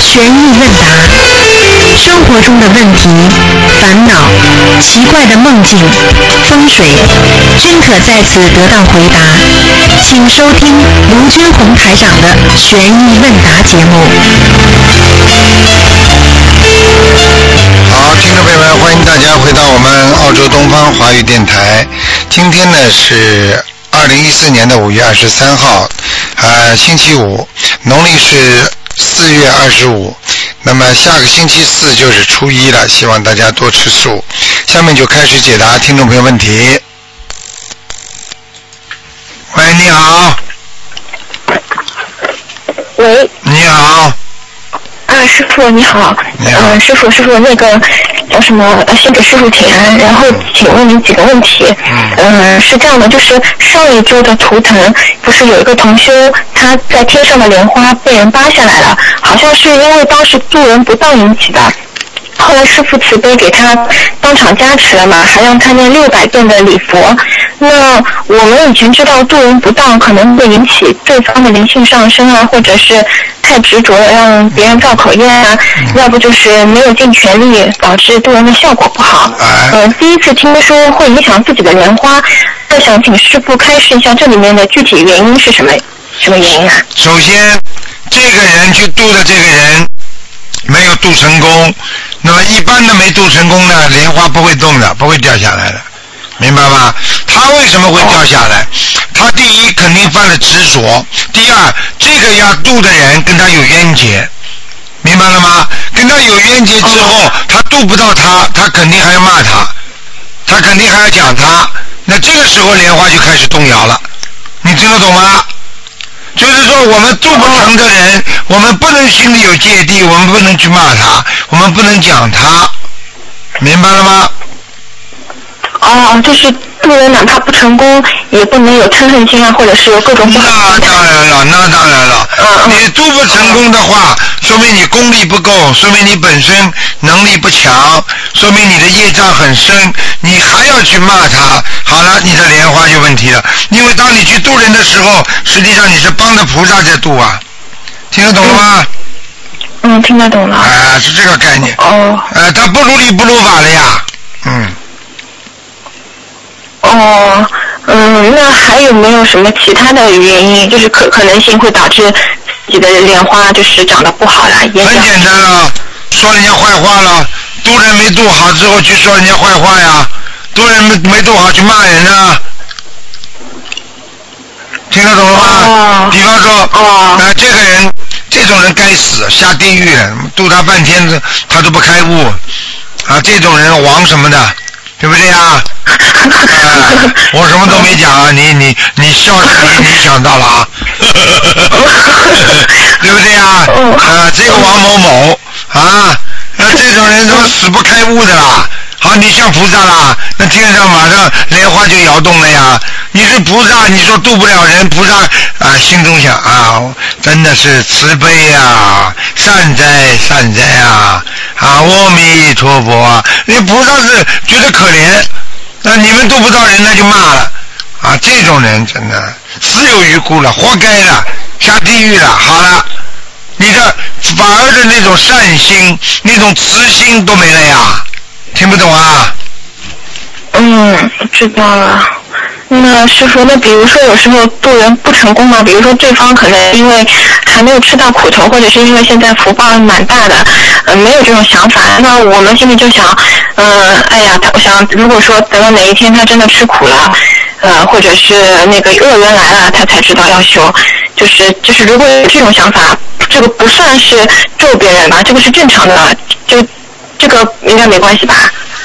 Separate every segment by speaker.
Speaker 1: 悬疑问答，生活中的问题、烦恼、奇怪的梦境、风水，均可在此得到回答。请收听卢军红台长的悬疑问答节目。
Speaker 2: 好，听众朋友们，欢迎大家回到我们澳洲东方华语电台。今天呢是二零一四年的五月二十三号，呃，星期五，农历是四月二十五。那么下个星期四就是初一了，希望大家多吃素。下面就开始解答听众朋友问题。喂，你好，
Speaker 3: 喂，
Speaker 2: 你好，
Speaker 3: 啊，师傅你好，
Speaker 2: 你好
Speaker 3: 呃，师傅师傅那个叫什么？呃先给师傅请安，然后请问您几个问题。
Speaker 2: 嗯
Speaker 3: 呃是这样的，就是上一周的图腾，不是有一个同修他在天上的莲花被人扒下来了，好像是因为当时做人不当引起的。后来师傅慈悲给他当场加持了嘛，还让他念六百遍的礼佛。那我们以前知道做人不当可能会引起对方的灵性上升啊，或者是太执着了让别人造口业啊，要不就是没有尽全力，导致做人的效果不好。
Speaker 2: 哎
Speaker 3: 呃，第一次听说会影响自己的莲花，那想请师傅开示一下这里面的具体原因是什么？什么原因啊？
Speaker 2: 首先，这个人去度的这个人没有度成功，那么一般的没度成功呢，莲花不会动的，不会掉下来的，明白吧？他为什么会掉下来？他第一肯定犯了执着，第二这个要度的人跟他有冤结。明白了吗？跟他有冤结之
Speaker 3: 哦
Speaker 2: 后，他度不到他，他肯定还要骂他，他肯定还要讲他。那这个时候莲花就开始动摇了，你听得懂吗？就是说，我们做不成的人，我们不能心里有芥蒂，我们不能去骂他，我们不能讲他，明白了吗？
Speaker 3: 哦，就是做人哪怕不成功，也不能有嗔恨心啊，或者是有各种不好
Speaker 2: 那
Speaker 3: 的
Speaker 2: 当然了，那当然了
Speaker 3: 嗯。嗯
Speaker 2: 你做不成功的话，说明你功力不够，说明你本身能力不强，说明你的业障很深，你还要去骂他，好了，你的莲花有问题了。因为当你去渡人的时候，实际上你是帮着菩萨在渡啊，听得懂了吗？
Speaker 3: 嗯，听得懂了。
Speaker 2: 啊，是这个概念。
Speaker 3: 哦
Speaker 2: 呃，他不如理不如法了呀。嗯，
Speaker 3: 哦，嗯，那还有没有什么其他的原因，就是可可能性会导致自己的莲花就是长得不好啦，也
Speaker 2: 很
Speaker 3: 长
Speaker 2: 简单了，说人家坏话了，渡人没渡好之后去说人家坏话呀，渡人没没渡好去骂人啊。听得懂了吗？
Speaker 3: 哦
Speaker 2: 比方说，
Speaker 3: 哦
Speaker 2: 呃，这个人，这种人该死，下地狱了，渡他半天他都不开悟，啊，这种人王什么的，对不对 呀？哎，我什么都没讲啊，你你你笑什么？你你想到了啊， 对不对啊？
Speaker 3: 哦
Speaker 2: 啊，这个王某某啊，那这种人怎么死不开悟的啦？好，你像菩萨啦，那天上马上莲花就摇动了呀。你是菩萨，你说渡不了人，菩萨啊，心中想啊，真的是慈悲呀、善哉善哉啊，啊，阿弥陀佛啊。那菩萨是觉得可怜，那你们渡不到人，那就骂了。啊，这种人真的死有余辜了，活该了，下地狱了。好了，你的反而的那种善心、那种慈心都没了呀，听不懂啊？
Speaker 3: 嗯，知道了。那师傅，那比如说有时候渡人不成功嘛，比如说对方可能因为还没有吃到苦头，或者是因为现在福报蛮大的，呃，没有这种想法，那我们心里就想，呃，哎呀，他我想如果说等到哪一天他真的吃苦了，呃，或者是那个恶缘来了，他才知道要修，就是就是如果有这种想法，这个不算是咒别人吧，这个是正常的，就这个应该没关系吧？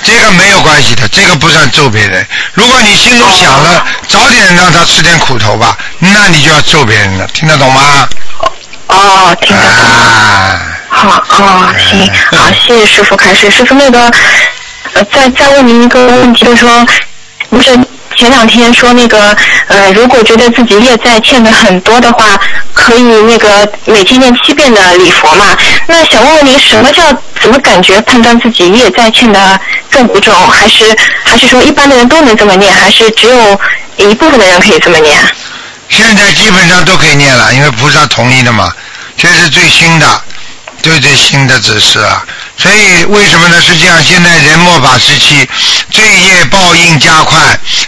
Speaker 2: 这个没有关系的，这个不算咒别人。如果你心中想了，早点让他吃点苦头吧，那你就要咒别人了，听得懂吗？
Speaker 3: 哦，听得懂。
Speaker 2: 啊，
Speaker 3: 好哦，行，好，谢谢师傅开始。师傅那个，呃，再再问您一个问题，就是说，不是前两天说那个，呃，如果觉得自己业债欠的很多的话，可以那个每天念七遍的礼佛嘛？那想问问您，什么叫怎么感觉判断自己业债欠的重不重？还是还是说一般的人都能这么念，还是只有一部分的人可以这么念？
Speaker 2: 现在基本上都可以念了，因为菩萨同意的嘛，这是最新的，对这新的指示啊。所以为什么呢？实际上现在人末法时期，罪业报应加快，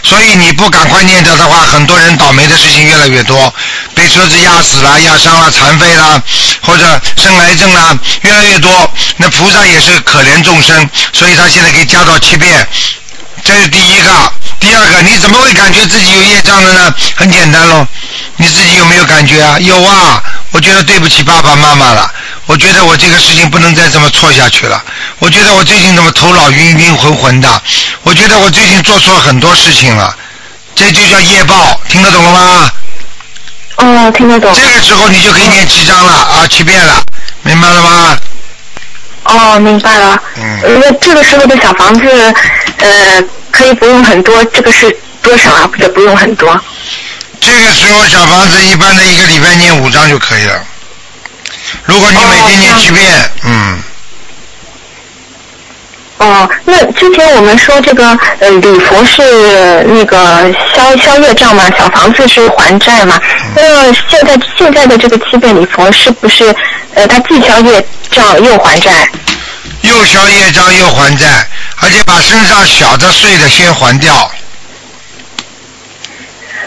Speaker 2: 所以你不赶快念掉的话，很多人倒霉的事情越来越多，被车子压死了、压伤了、残废了，或者生癌症了，越来越多。那菩萨也是可怜众生，所以他现在可以加到七遍。这是第一个，第二个，你怎么会感觉自己有业障的呢？很简单喽，你自己有没有感觉啊？有啊，我觉得对不起爸爸妈妈了，我觉得我这个事情不能再这么错下去了，我觉得我最近怎么头脑晕晕浑浑的，我觉得我最近做错很多事情了，这就叫业报，听得懂了吗？
Speaker 3: 哦，听得懂。
Speaker 2: 这个时候你就可以念七章了啊，七遍了，明白了吗？
Speaker 3: 哦，明白了。
Speaker 2: 嗯
Speaker 3: 那这个时候的小房子，呃，可以不用很多，这个是多少啊？或者不用很多？
Speaker 2: 这个时候小房子一般的一个礼拜念五章就可以了，如果你每天念七遍，嗯。
Speaker 3: 哦，那之前我们说这个呃礼佛是呃那个消消业障嘛，小房子是还债嘛。那现在现在的这个七遍礼佛是不是呃它既消业障又还债？
Speaker 2: 又消业障又还债，而且把身上小的碎的先还掉。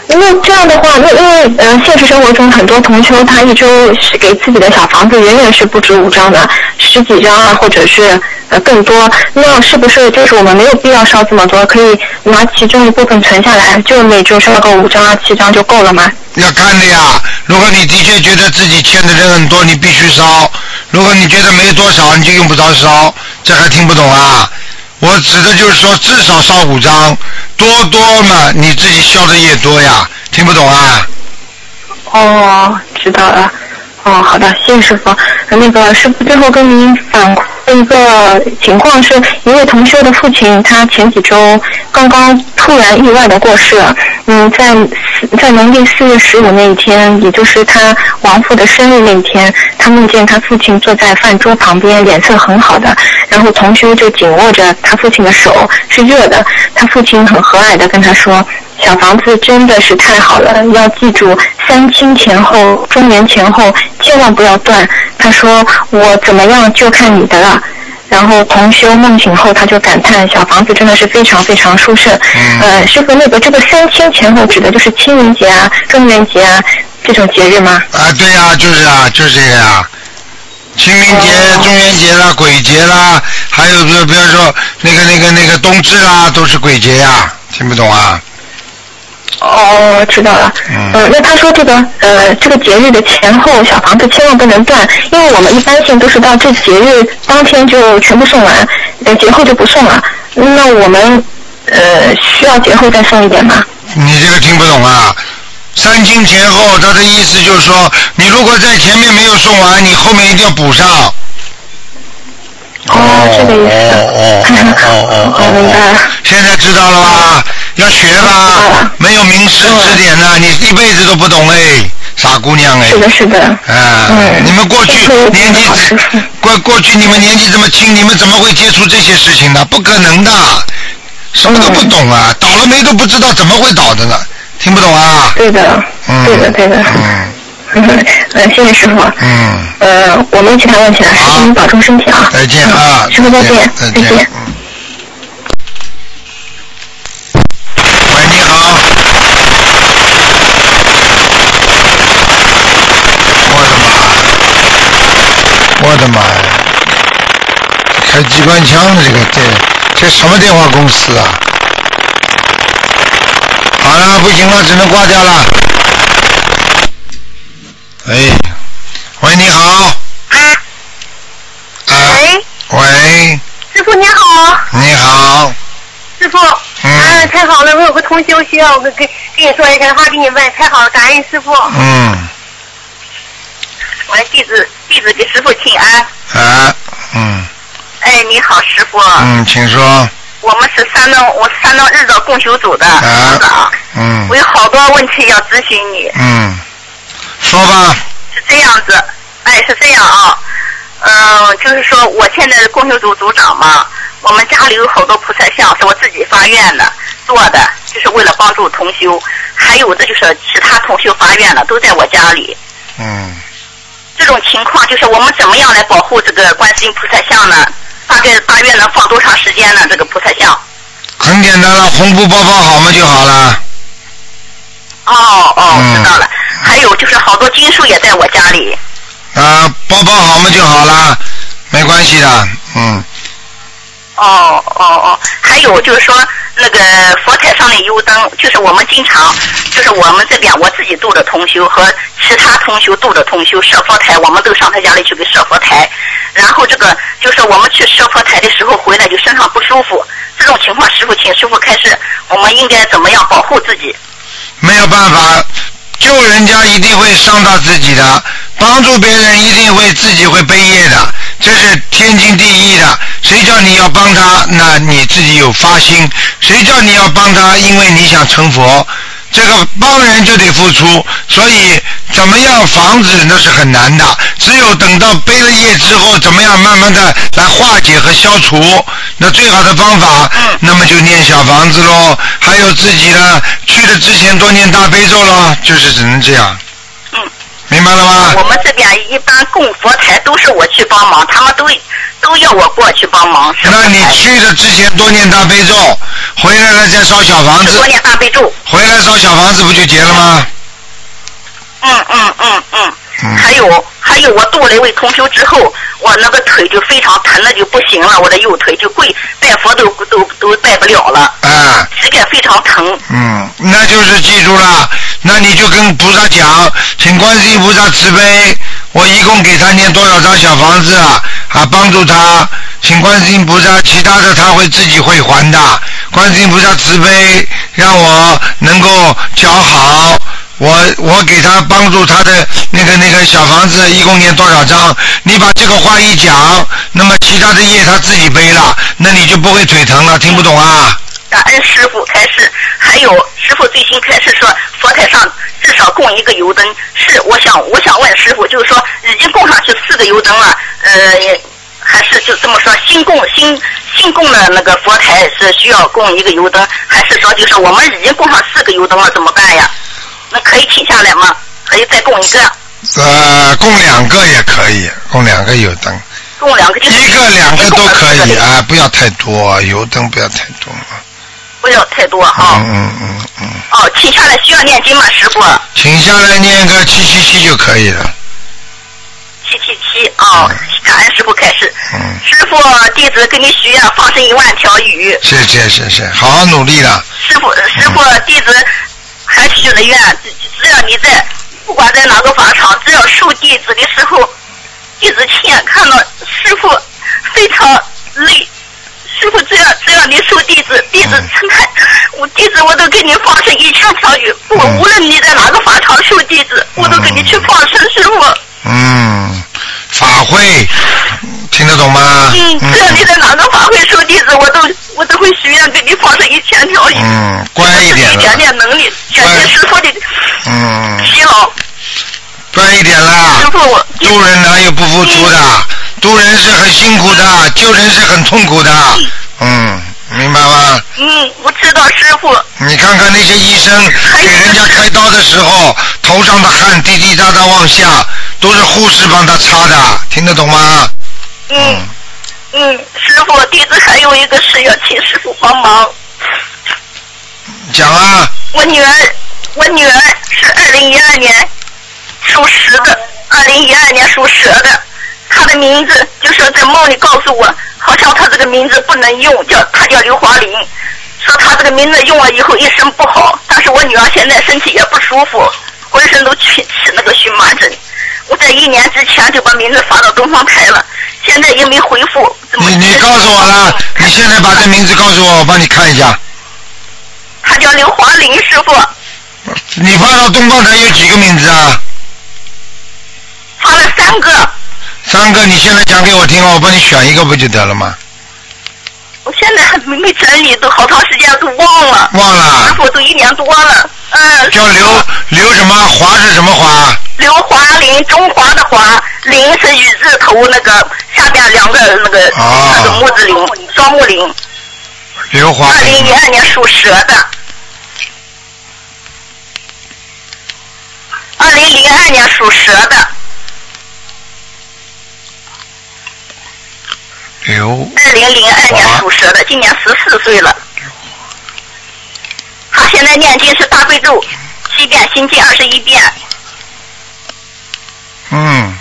Speaker 3: 那这样的话，那因为呃现实生活中很多同修他一周是给自己的小房子远远是不止五张的，十几张啊，或者是呃更多。那是不是就是我们没有必要烧这么多，可以拿其中一部分存下来，就每周烧个五张啊七张就够了吗？
Speaker 2: 要看的呀，如果你的确觉得自己欠的人很多，你必须烧；如果你觉得没多少，你就用不着烧。这还听不懂啊？我指的就是说，至少烧五张，多多嘛，你自己消的业多呀。听不懂啊？
Speaker 3: 哦，知道了。哦，好的，谢谢师傅。呃那个师傅最后跟您反馈一个情况是，一位同修的父亲，他前几周刚刚突然意外的过世了。嗯，在四在农历四月十五那一天，也就是他亡父的生日那一天，他梦见他父亲坐在饭桌旁边，脸色很好的，然后同修就紧握着他父亲的手，是热的。他父亲很和蔼的跟他说：“小房子真的是太好了，要记住三清前后、中元前后，千万不要断。他说我怎么样就看你的了。然后同修梦醒后，他就感叹小房子真的是非常非常殊胜。
Speaker 2: 嗯
Speaker 3: 呃，师傅，那个这个三清前后指的就是清明节啊、中元节啊这种节日吗？
Speaker 2: 啊，对呀、就是啊，就是这个呀、清明节、
Speaker 3: 哦
Speaker 2: 中元节啦、鬼节啦，还有比比方说那个那个那个冬至啦，都是鬼节呀、听不懂啊？
Speaker 3: 哦，知道了。
Speaker 2: 嗯
Speaker 3: 呃，那他说这个呃，这个节日的前后小房子千万不能断，因为我们一般性都是到这节日当天就全部送完，呃，节后就不送了。那我们呃需要节后再送一点吗？
Speaker 2: 你这个听不懂啊？三清前后，他的意思就是说，你如果在前面没有送完，你后面一定要补上。
Speaker 3: 哦这个意思
Speaker 2: 哦哦哦哦哦哦！
Speaker 3: 我明白了
Speaker 2: 现在知道了吧？要学
Speaker 3: 知道
Speaker 2: 吧
Speaker 3: 了，
Speaker 2: 没有名师指点呐、你一辈子都不懂哎，傻姑娘哎。
Speaker 3: 是的，是的。
Speaker 2: 啊，
Speaker 3: 嗯
Speaker 2: 你们过去
Speaker 3: 这个我觉得
Speaker 2: 年纪
Speaker 3: 好师傅
Speaker 2: 过过去你们年纪这么轻，你们怎么会接触这些事情呢？不可能的，什么都不懂啊，
Speaker 3: 嗯
Speaker 2: 倒了霉都不知道怎么会倒的呢，听不懂啊？
Speaker 3: 对的，
Speaker 2: 嗯，
Speaker 3: 对的，对的。
Speaker 2: 嗯
Speaker 3: 嗯，呃，谢谢师傅。
Speaker 2: 嗯，
Speaker 3: 呃，我没其他问题了，师
Speaker 2: 好
Speaker 3: 傅您保重身体啊。
Speaker 2: 再见啊，
Speaker 3: 嗯师傅再见，
Speaker 2: 再
Speaker 3: 再见
Speaker 2: 见。嗯喂，你好。我的妈！我的妈呀！开机关枪的这个这这什么电话公司啊？好了，不行了，只能挂掉了。哎，喂，你好。啊。
Speaker 4: 喂，
Speaker 2: 喂，
Speaker 4: 师傅你好，
Speaker 5: 啊
Speaker 2: 你好。
Speaker 4: 师傅，
Speaker 5: 哎
Speaker 2: 嗯
Speaker 4: 啊，太好了，我有个同修需要我跟跟跟你说一个话，给你问，太好了，感恩师傅，
Speaker 2: 嗯，
Speaker 4: 我的弟子弟子给师傅请安，
Speaker 2: 啊，嗯，
Speaker 4: 哎，你好，师傅，
Speaker 2: 嗯，请说。
Speaker 4: 我们是山东，我是山东日照共修组的
Speaker 2: 啊
Speaker 4: 组长，
Speaker 2: 嗯
Speaker 4: 我，有好多问题要咨询你，
Speaker 2: 嗯，说吧。
Speaker 4: 是这样子，哎，是这样啊，嗯，就是说我现在是共修组组长嘛，我们家里有好多菩萨像是我自己发愿的做的，就是为了帮助同修，还有的就是其他同修发愿了，都在我家里。
Speaker 2: 嗯，
Speaker 4: 这这种情况，就是我们怎么样来保护这个观世音菩萨像呢？大概大约能放多长时间呢？这个菩萨像？
Speaker 2: 很简单了，红布包包好嘛就好了。
Speaker 4: 哦哦，
Speaker 2: 嗯
Speaker 4: 知道了。还有就是好多经书也在我家里。
Speaker 2: 啊，包包好嘛就好了，没关系的，嗯，
Speaker 4: 哦哦哦，还有就是说那个佛台上的油灯，就是我们经常，就是我们这边我自己度的同修和其他同修度的同修设佛台，我们都上他家里去给设佛台。然后这个就是我们去设佛台的时候回来就身上不舒服，这种情况师傅请师傅开始，我们应该怎么样保护自己？
Speaker 2: 没有办法，救人家一定会伤到自己的，帮助别人一定会自己会背业的，这是天经地义的。谁叫你要帮他，那你自己有发心；谁叫你要帮他，因为你想成佛。这个帮人就得付出，所以怎么样防止那是很难的。只有等到背了业之后，怎么样慢慢的来化解和消除。那最好的方法，
Speaker 4: 嗯
Speaker 2: 那么就念小房子喽，还有自己的去的之前多念大悲咒喽，就是只能这样，
Speaker 4: 嗯，
Speaker 2: 明白了吗？
Speaker 4: 我们这边一般供佛台都是我去帮忙，他们都都要我过去帮忙。设佛
Speaker 2: 那
Speaker 4: 台
Speaker 2: 你去的之前多念大悲咒，回来了再烧小房
Speaker 4: 是
Speaker 2: 子
Speaker 4: 多，念大悲咒。
Speaker 2: 回来烧小房子不就结了吗？
Speaker 4: 嗯嗯嗯嗯，
Speaker 2: 嗯
Speaker 4: 还有还有，我度了一位同修之后，我那个腿就非常疼的就不行了，我的右腿就跪拜佛都都都拜不了了，
Speaker 2: 啊。
Speaker 4: 膝盖非常疼。
Speaker 2: 嗯，那就是记住了，那你就跟菩萨讲，请观世音菩萨慈悲，我一共给他念多少张小房子啊？啊，帮助他，请观世音菩萨，其他的他会自己会还的。观世音菩萨慈悲，让我能够脚好。我我给他帮助他的那个那个小房子一共念多少张？你把这个话一讲，那么其他的业他自己背了，那你就不会腿疼了。听不懂啊？
Speaker 4: 感恩师傅开示，还有师傅最新开示说，佛台上至少供一个油灯。是，我想我想问师傅，就是说已经供上去四个油灯了，呃，也还是就这么说，新供新新供的那个佛台是需要供一个油灯，还是说就是我们已经供上四个油灯了，怎么办呀？那可以停下来吗？可以再供一个，
Speaker 2: 呃，供两个也可以，供两个油灯，
Speaker 4: 供两个就是
Speaker 2: 一个两个都可
Speaker 4: 已经供了四
Speaker 2: 以
Speaker 4: 个
Speaker 2: 啊，不要太多，油灯不要太多啊。
Speaker 4: 不要太多哈。
Speaker 2: 嗯嗯嗯嗯，
Speaker 4: 哦，停下来需要念经吗，师傅？
Speaker 2: 请下来念个七七七就可以了。
Speaker 4: 七七七哦
Speaker 2: 嗯，
Speaker 4: 感恩师傅开示。
Speaker 2: 嗯
Speaker 4: 师傅，弟子给你许愿，放生一万条鱼。
Speaker 2: 谢谢谢谢，好好努力了。
Speaker 4: 师傅，
Speaker 2: 嗯
Speaker 4: 师傅，弟子还许了愿，只只要你在，不管在哪个法场，只要受弟子的时候，弟子亲眼看到师傅非常累。师傅，只要只要你受弟子，弟子
Speaker 2: 嗯
Speaker 4: 撑开，我弟子我都给你放生一千条鱼。我
Speaker 2: 嗯
Speaker 4: 无论你在哪个法场受弟子，我都给你去放生，师傅。
Speaker 2: 嗯，法会听得懂吗？
Speaker 4: 嗯，只要你在哪个法会收弟子，我都我都会许愿给你放上一千条鱼。
Speaker 2: 嗯，乖一
Speaker 4: 这是
Speaker 2: 点
Speaker 4: 一点
Speaker 2: 了。
Speaker 4: 点能力，感谢师傅的
Speaker 2: 嗯，
Speaker 4: 疲劳。
Speaker 2: 乖一点
Speaker 4: 师
Speaker 2: 啦。
Speaker 4: 傅，我
Speaker 2: 渡人哪有不付出的？渡人是很辛苦的，救人是很痛苦的。嗯，明白吗？
Speaker 4: 嗯，我知道师傅。
Speaker 2: 你看看那些医生
Speaker 4: 还
Speaker 2: 给
Speaker 4: 有
Speaker 2: 人家开刀的时候，头上的汗滴滴答答往下，都是护士帮他擦的，听得懂吗？
Speaker 4: 嗯嗯，师傅，弟子还有一个事要请师傅帮忙。
Speaker 2: 讲啊，
Speaker 4: 我女儿，我女儿是二零一二年属蛇的，二零一二年属蛇的。她的名字就是在梦里告诉我，好像她这个名字不能用，叫她叫刘华林，说她这个名字用了以后一身不好。但是我女儿现在身体也不舒服，浑身都起起那个荨麻疹。我在一年之前就把名字发到东方台了，现在也没回复。怎么
Speaker 2: 你你告诉我了，你现在把这名字告诉我，我帮你看一下。
Speaker 4: 她叫刘华林师傅，
Speaker 2: 你发到东方台有几个名字啊？
Speaker 4: 发了三个。
Speaker 2: 三个，你现在讲给我听，哦我帮你选一个不就得了吗？
Speaker 4: 我现在还没没整理，都好长时间都忘了。
Speaker 2: 忘
Speaker 4: 师
Speaker 2: 了，
Speaker 4: 傅都一年多了，嗯，
Speaker 2: 叫刘刘什么华是什么华？
Speaker 4: 刘华林，中华的华，林是雨字头那个下边两个那个、
Speaker 2: 哦
Speaker 4: 那个木字林，双木林。
Speaker 2: 刘华
Speaker 4: 二零一二年属蛇的。二零零二年属蛇的，
Speaker 2: 刘
Speaker 4: 二零零二年属蛇的，今年十四岁了。他现在念经是大悲咒七遍，心经二十一遍。
Speaker 2: 嗯，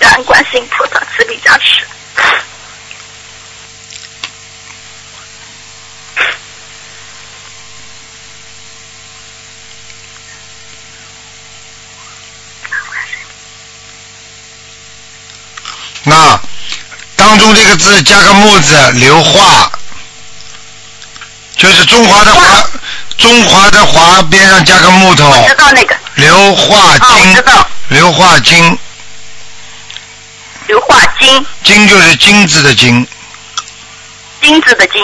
Speaker 4: 感恩观世音菩萨慈悲加持。
Speaker 2: 那当中这个字加个木字，刘化，就是中华的华，中华的华边上加个木头，
Speaker 4: 知道那个
Speaker 2: 刘化
Speaker 4: 啊，我
Speaker 2: 金
Speaker 4: 知，道
Speaker 2: 刘化金，
Speaker 4: 刘化金，
Speaker 2: 金就是金子的金，
Speaker 4: 金子的金。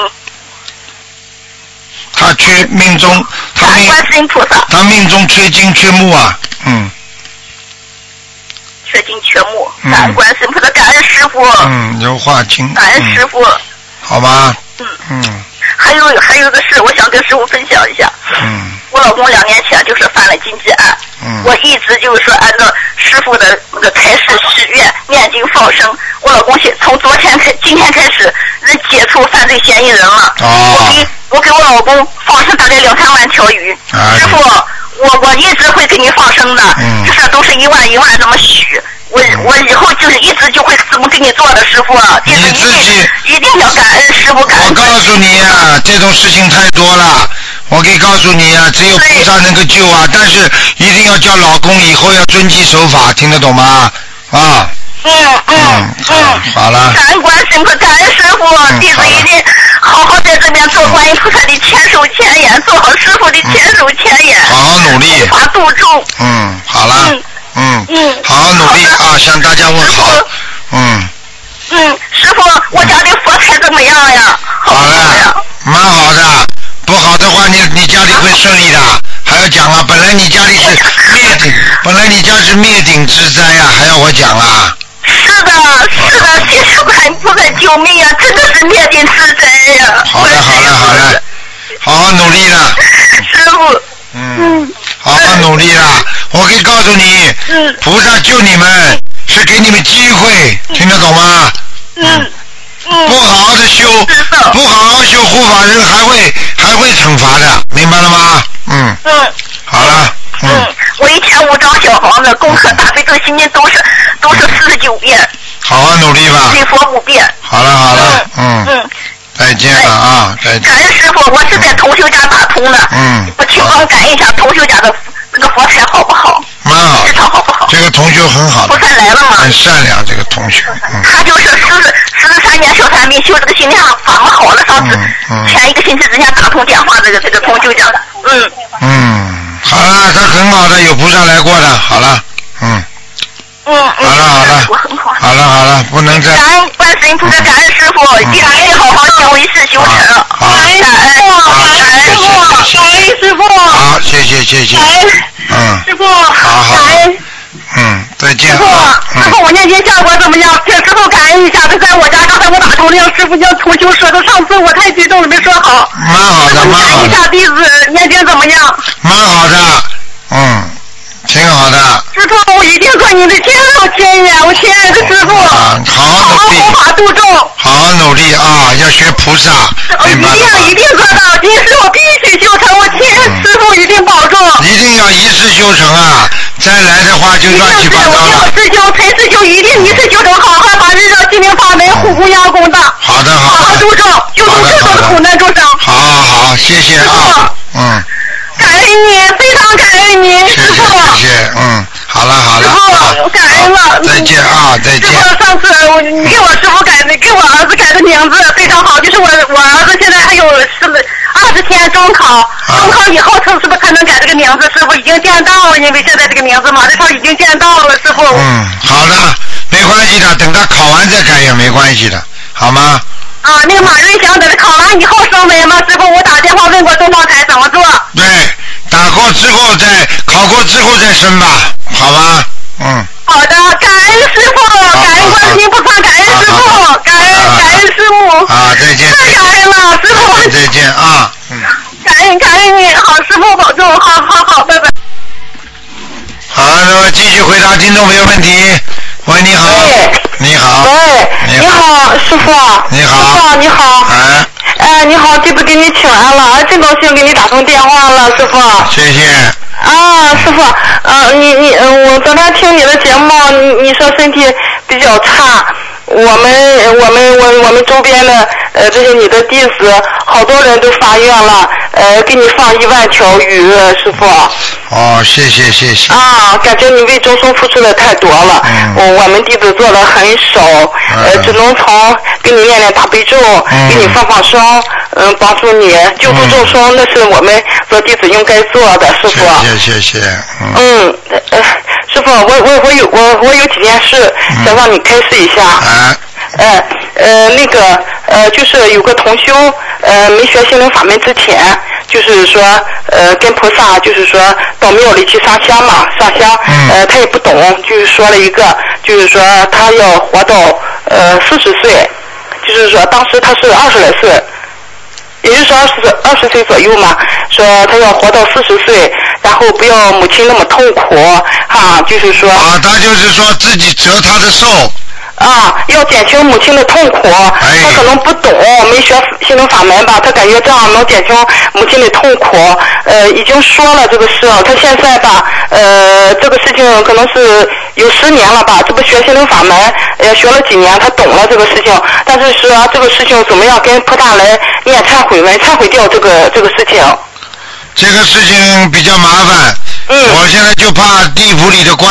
Speaker 2: 他缺命中，他
Speaker 4: 感恩
Speaker 2: 命
Speaker 4: 观世音菩萨，
Speaker 2: 他命中缺金缺木啊，嗯
Speaker 4: 缺金缺木。
Speaker 2: 嗯
Speaker 4: 感恩观世音菩萨，感恩师傅，
Speaker 2: 嗯，刘化金，
Speaker 4: 哦感恩师
Speaker 2: 嗯，
Speaker 4: 傅。
Speaker 2: 好吧，
Speaker 4: 嗯，
Speaker 2: 嗯
Speaker 4: 还有还有个事，我想跟师傅分享一下。
Speaker 2: 嗯
Speaker 4: 我老公两年前就是犯了经济案，
Speaker 2: 嗯，
Speaker 4: 我一直就是说按照师傅的那个开示许愿、念经放生。我老公现从昨天开，今天开始，人解除犯罪嫌疑人了。我
Speaker 2: 哦
Speaker 4: 给，我给我老公放生大概两三万条鱼。
Speaker 2: 哎
Speaker 4: 师傅，我我一直会给你放生的，
Speaker 2: 嗯
Speaker 4: 就是都是一万一万这么许。我我以后就是一直就会怎么给你做的，师傅，就
Speaker 2: 你
Speaker 4: 是一
Speaker 2: 自己
Speaker 4: 定一定要感恩师傅，感
Speaker 2: 我
Speaker 4: 恩
Speaker 2: 告诉你啊，这种事情太多了。我可以告诉你啊，只有菩萨能够救啊，但是一定要叫老公以后要遵纪守法，听得懂吗？啊，
Speaker 4: 嗯嗯嗯，
Speaker 2: 好了
Speaker 4: 感恩观世音菩萨，感恩师傅，
Speaker 2: 啊嗯
Speaker 4: 弟
Speaker 2: 好
Speaker 4: 子
Speaker 2: 了
Speaker 4: 一定好好在这边做观音菩萨的千手千眼，做好师傅的千手千眼，
Speaker 2: 嗯好好努力
Speaker 4: 护。法度众。
Speaker 2: 嗯，好了
Speaker 4: 嗯，
Speaker 2: 嗯，
Speaker 4: 嗯
Speaker 2: 好好努力
Speaker 4: 好
Speaker 2: 啊，
Speaker 4: 的
Speaker 2: 向大家问好
Speaker 4: 师父。
Speaker 2: 嗯，
Speaker 4: 嗯，师傅，我家的佛台怎么样呀？好
Speaker 2: 好
Speaker 4: 不好呀
Speaker 2: 了？，蛮好的。不好的话，你你家里会顺利的。还要讲啊，本来你家里
Speaker 4: 哎
Speaker 2: 是灭顶，本来你家是灭顶之灾呀、还要我讲啊？
Speaker 4: 是的，是的，谢谢观音菩萨救命啊！真的是灭顶之灾呀！
Speaker 2: 好的，好了，好了，好好努力了。
Speaker 4: 师傅，
Speaker 2: 嗯，好好努力啦！我可以告诉你，
Speaker 4: 嗯
Speaker 2: 菩萨救你们是给你们机会，听得懂吗？
Speaker 4: 嗯嗯，
Speaker 2: 不好好的修
Speaker 4: 知，道
Speaker 2: 不好好修护法人还会还会惩罚的，明白了吗？嗯，
Speaker 4: 嗯。
Speaker 2: 好了，嗯
Speaker 4: 嗯，，我一天五张小房子，功课大悲咒心经都是都是四十九遍，
Speaker 2: 好好努力吧。
Speaker 4: 礼佛五遍。
Speaker 2: 好了好了，嗯，
Speaker 4: 嗯，
Speaker 2: 再见了啊，再见
Speaker 4: 感。恩师傅，我是在同修家打通的。
Speaker 2: 嗯
Speaker 4: 我啊请帮我感应一下同修家的那个佛台好不好？
Speaker 2: 蛮好
Speaker 4: 磁，场好不好？
Speaker 2: 这个同学很好
Speaker 4: 菩
Speaker 2: 的，嗯
Speaker 4: 萨来了吗
Speaker 2: 很？善良，这个同学，嗯。
Speaker 4: 他就是十十三年小三病，修这个心灵法门好了。上次
Speaker 2: 嗯嗯
Speaker 4: 前一个星期之前打通电话，这个这个同修家的。嗯，
Speaker 2: 嗯，好了，他很好的，有菩萨来过的，好了，嗯，
Speaker 4: 嗯
Speaker 2: 好了好
Speaker 4: 嗯，
Speaker 2: 了
Speaker 4: 我很好。
Speaker 2: 好了好了，不能再
Speaker 4: 感恩观世音菩萨，感恩师傅，
Speaker 2: 嗯
Speaker 4: 一定要好好行为是修成。
Speaker 2: 好好
Speaker 4: 感恩师傅，感恩师傅，
Speaker 2: 感恩
Speaker 4: 师傅，
Speaker 2: 好，谢谢谢谢，嗯
Speaker 4: 哎师傅，
Speaker 2: 好好
Speaker 4: 感恩
Speaker 2: 嗯，再
Speaker 4: 师
Speaker 2: 见
Speaker 4: 傅
Speaker 2: 啊，，
Speaker 4: 师傅，
Speaker 2: 嗯，
Speaker 4: 我念经效果怎么样？请师傅感恩一下，他在我家，刚才我打通了，师傅叫同修说的，上次我太激动了，没说好。
Speaker 2: 蛮好
Speaker 4: 师
Speaker 2: 的
Speaker 4: 傅，
Speaker 2: 蛮
Speaker 4: 感
Speaker 2: 好
Speaker 4: 恩一
Speaker 2: 的，
Speaker 4: 下弟子念经怎么样？
Speaker 2: 蛮好的，嗯，挺好的，啊
Speaker 4: 师傅，我一定做你的千手千眼，我亲爱的师傅，
Speaker 2: 啊，好
Speaker 4: 好
Speaker 2: 好
Speaker 4: 好
Speaker 2: 努力，
Speaker 4: 弘法度众。
Speaker 2: 好好努力啊，要学菩萨，
Speaker 4: 我
Speaker 2: 明
Speaker 4: 一
Speaker 2: 白了吗
Speaker 4: 定哦要一定做到，今世我必须修成，我亲
Speaker 2: 嗯
Speaker 4: 师傅一定保重。
Speaker 2: 一定要一世修成啊，再来的话就
Speaker 4: 一定
Speaker 2: 乱七
Speaker 4: 是
Speaker 2: 八糟
Speaker 4: 我要
Speaker 2: 了。
Speaker 4: 师兄，陈师兄一定一次修成，好汉把日照心灵法门护供压功的，好
Speaker 2: 好的好
Speaker 4: 好
Speaker 2: 的
Speaker 4: 度，众，救度更多的苦难众生。
Speaker 2: 好好好，谢谢啊，嗯。
Speaker 4: 感恩您，非常感恩 您，
Speaker 2: 谢
Speaker 4: 师
Speaker 2: 谢
Speaker 4: 傅。
Speaker 2: 谢谢，嗯，好了好了，
Speaker 4: 师傅
Speaker 2: 啊
Speaker 4: 感恩了嗯
Speaker 2: 好再见啊，再
Speaker 4: 师
Speaker 2: 见，
Speaker 4: 傅，上次我你给我师傅改的，给我儿子改的名字非常好，就是我我儿子现在还有十二十天中考，中考以后他是不是才能改这个名字？师傅已经见到了，因为现在这个名字马志超已经见到了，师傅。
Speaker 2: 嗯，好的，没关系的，等他考完再改也没关系的，好吗？
Speaker 4: 啊，那个马瑞祥等考完以后升为吗？师傅，我打电话问过东方台怎么做。
Speaker 2: 对，打过之后再考过之后再生吧，好吗？嗯，
Speaker 4: 好的，感恩师傅，感恩观世音菩萨，感恩师
Speaker 2: 好
Speaker 4: 傅，感
Speaker 2: 好
Speaker 4: 恩感恩师母，
Speaker 2: 啊，再见，
Speaker 4: 太感恩了，师傅。
Speaker 2: 再见啊，嗯，
Speaker 4: 感恩感恩你，好，师傅保重，好好好，拜拜。
Speaker 2: 好，那么继续续回答听众朋友问题。喂，你好。
Speaker 6: 喂
Speaker 2: 你好。
Speaker 6: 喂，
Speaker 2: 你
Speaker 6: 哎你
Speaker 2: 好。
Speaker 6: 好，师傅。
Speaker 2: 你好
Speaker 6: 师傅，你好。
Speaker 2: 哎，
Speaker 6: 哎，你好，弟子给你请安了，哎真高兴给你打通电话了，师傅。
Speaker 2: 谢谢。
Speaker 6: 啊，师傅，呃，你你，呃我昨天听你的节目，你你说身体比较差，我们我们我我们周边的呃这些你的弟子，好多人都发愿了，呃，给你放一万条鱼，师傅。
Speaker 2: 哦，谢谢谢谢。
Speaker 6: 啊，感觉你为众生付出的太多了，
Speaker 2: 嗯
Speaker 6: 我我们弟子做的很少，呃，
Speaker 2: 嗯
Speaker 6: 只能从给你念念大悲咒，
Speaker 2: 嗯
Speaker 6: 给你放放生，嗯、帮助你救助众
Speaker 2: 嗯
Speaker 6: 生，那是我们做弟子应该做的，师傅。
Speaker 2: 谢谢谢谢。嗯。
Speaker 6: 嗯，呃，呃师傅，我我我有我我有几件事
Speaker 2: 嗯
Speaker 6: 想让你开示一下。
Speaker 2: 哎，
Speaker 6: 呃呃，那个呃，就是有个同修，呃，没学心灵法门之前，就是说呃，跟菩萨就是说到庙里去上香嘛，上香，
Speaker 2: 嗯
Speaker 6: 呃，他也不懂，就是说了一个，就是说他要活到呃四十岁，就是说当时他是二十来岁。也就是二十二十岁左右嘛，说他要活到四十岁，然后不要母亲那么痛苦，哈、就是说
Speaker 2: 啊，他就是说自己折他的寿，
Speaker 6: 啊，要减轻母亲的痛苦。
Speaker 2: 哎
Speaker 6: 他可能不懂，没学心灵法门吧，他感觉这样能减轻母亲的痛苦。呃，已经说了这个事，他现在吧，呃，这个事情可能是有十年了吧，这不学心灵法门，呃，学了几年，他懂了这个事情，但是说啊这个事情怎么样跟菩萨来念忏悔文，忏悔掉这个这个事情。
Speaker 2: 这个事情比较麻烦。
Speaker 6: 嗯
Speaker 2: 我现在就怕地府里的官，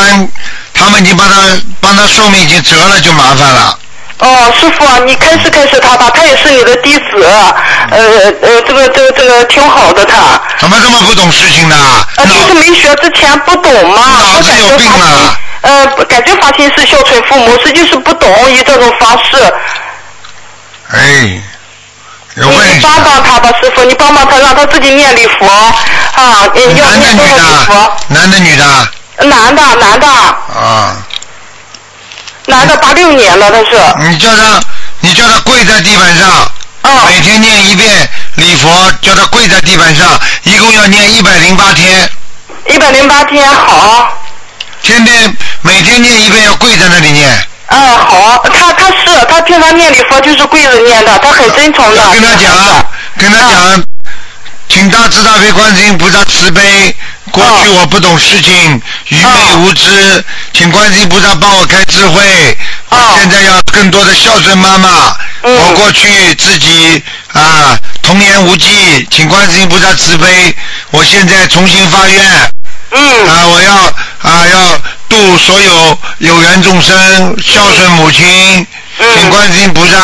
Speaker 2: 他们已经把他帮他寿命已经折了，就麻烦了。
Speaker 6: 哦，师傅啊，你开始开始他吧，他也是你的弟子，呃呃，这个这个这个挺好的他。
Speaker 2: 怎么这么不懂事情呢？
Speaker 6: 呃，就是
Speaker 2: 脑
Speaker 6: 没学之前不懂嘛，
Speaker 2: 脑
Speaker 6: 我
Speaker 2: 子
Speaker 6: 感
Speaker 2: 有
Speaker 6: 觉
Speaker 2: 病
Speaker 6: 发心
Speaker 2: 了，
Speaker 6: 呃，感觉发心是孝顺父母，实际是不懂以这种方式。
Speaker 2: 哎，有
Speaker 6: 你
Speaker 2: 问
Speaker 6: 你
Speaker 2: 题。
Speaker 6: 帮帮他吧，师傅，你帮帮他，让他自己念礼佛啊，你要
Speaker 2: 男的
Speaker 6: 念多
Speaker 2: 女
Speaker 6: 少礼
Speaker 2: 的？
Speaker 6: 佛？
Speaker 2: 男的女啊的？
Speaker 6: 男的，男的，
Speaker 2: 啊，
Speaker 6: 男的，八六年的他是，
Speaker 2: 你叫他，你叫他跪在地板上，每
Speaker 6: 嗯，
Speaker 2: 天念一遍礼佛，叫他跪在地板上，一共要念一百零八天，
Speaker 6: 一百零八天，好。
Speaker 2: 天天每天念一遍，要跪在那里念。
Speaker 6: 嗯，好，他他是他平常念礼佛就是跪着念的，他很真诚的。
Speaker 2: 呃要跟他讲啊，跟他讲，请大慈大悲观世音菩萨慈悲。过
Speaker 6: 啊
Speaker 2: 去我不懂事情，愚昧无知，请观世音菩萨帮我开智慧。
Speaker 6: 哦
Speaker 2: 我现在要更多的孝顺妈妈。
Speaker 6: 嗯
Speaker 2: 我过去自己啊童言无忌，请观世音菩萨慈悲。我现在重新发愿
Speaker 6: 嗯，
Speaker 2: 啊，我要啊要度所有有缘众生，孝顺母亲。
Speaker 6: 嗯
Speaker 2: 请观世音菩萨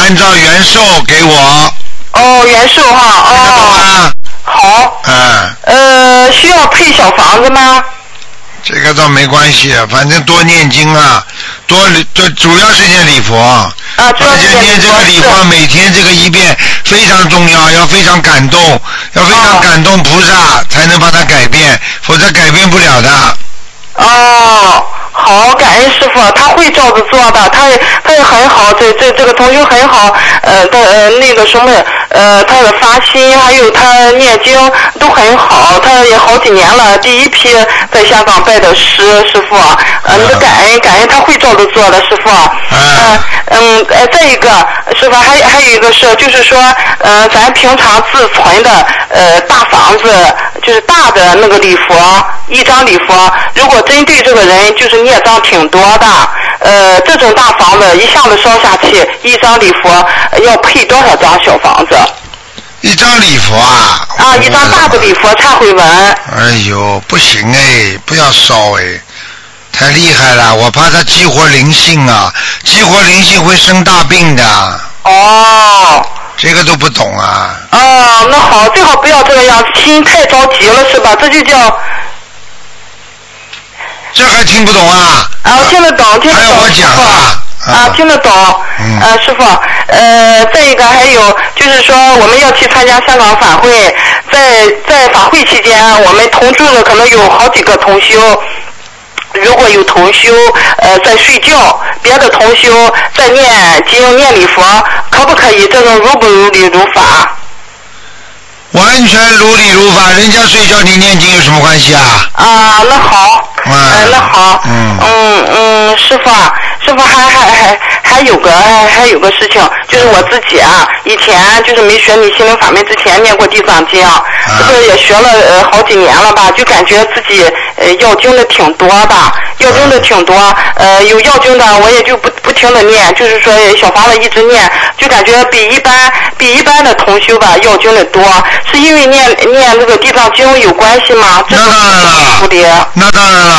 Speaker 2: 按照原寿给我，
Speaker 6: 哦，元寿哈，
Speaker 2: 看得懂
Speaker 6: 哦，
Speaker 2: 吗？
Speaker 6: 好。
Speaker 2: 嗯，
Speaker 6: 呃，需要配小房子吗？
Speaker 2: 这个倒没关系，啊反正多念经啊，多多主要是念礼佛，
Speaker 6: 啊，主要
Speaker 2: 而
Speaker 6: 是
Speaker 2: 且念这个礼佛
Speaker 6: 是
Speaker 2: 每天这个一遍非常重要，要非常感动，要非常
Speaker 6: 哦
Speaker 2: 感动菩萨才能把它改变，否则改变不了的。
Speaker 6: 哦，好，感恩师傅，啊他会照着做的，他也他也很好，这这这个同学很好，呃，他呃那个什么，呃，他的发心还有他念经都很好，他也好几年了，第一批在香港拜的师师傅，呃，你的感恩感恩，他会照着做的师傅，
Speaker 2: 嗯
Speaker 6: 呃嗯，呃，再一个是吧？还还有一个是，就是说，呃，咱平常自存的呃大房子，就是大的那个礼佛，一张礼佛，如果针对这个人就是孽障挺多的，呃，这种大房子一下子烧下去，一张礼佛呃要配多少张小房子？
Speaker 2: 一张礼佛啊，
Speaker 6: 啊，一张大的礼佛忏悔文。
Speaker 2: 哎呦，不行哎，不要烧哎，太厉害了，我怕它激活灵性啊，激活灵性会生大病的，
Speaker 6: 哦。
Speaker 2: 这个都不懂啊。
Speaker 6: 哦，那好，最好不要这样，心太着急了是吧？这就叫
Speaker 2: 这还听不懂啊？
Speaker 6: 啊，我听得懂，听得
Speaker 2: 还要
Speaker 6: 懂，
Speaker 2: 我
Speaker 6: 师
Speaker 2: 讲
Speaker 6: 傅
Speaker 2: 啊啊
Speaker 6: 啊，听得懂，
Speaker 2: 嗯
Speaker 6: 呃，师傅，呃，再一个还有就是说，我们要去参加香港法会，在在法会期间，啊我们同住的可能有好几个同修。如果有同修呃在睡觉，别的同修在念经念礼佛，可不可以这种如不如理如法？
Speaker 2: 完全如理如法，人家睡觉你念经有什么关系啊？
Speaker 6: 啊，那好，
Speaker 2: 嗯
Speaker 6: 呃，那好，
Speaker 2: 嗯
Speaker 6: 嗯嗯，师傅啊，师傅还还还还有个还还有个事情，就是我自己啊，以前就是没学你心灵法门之前念过地藏经啊，
Speaker 2: 啊
Speaker 6: 这个也学了呃好几年了吧，就感觉自己呃要经的挺多吧，要经的挺多，呃有要经的我也就不不停的念，就是说小房子一直念，就感觉比一般比一般的同修吧要经的多，是因为念念这个地藏经有关系吗？这
Speaker 2: 那
Speaker 6: 是
Speaker 2: 当然
Speaker 6: 蝴蝶
Speaker 2: 了，那当然了。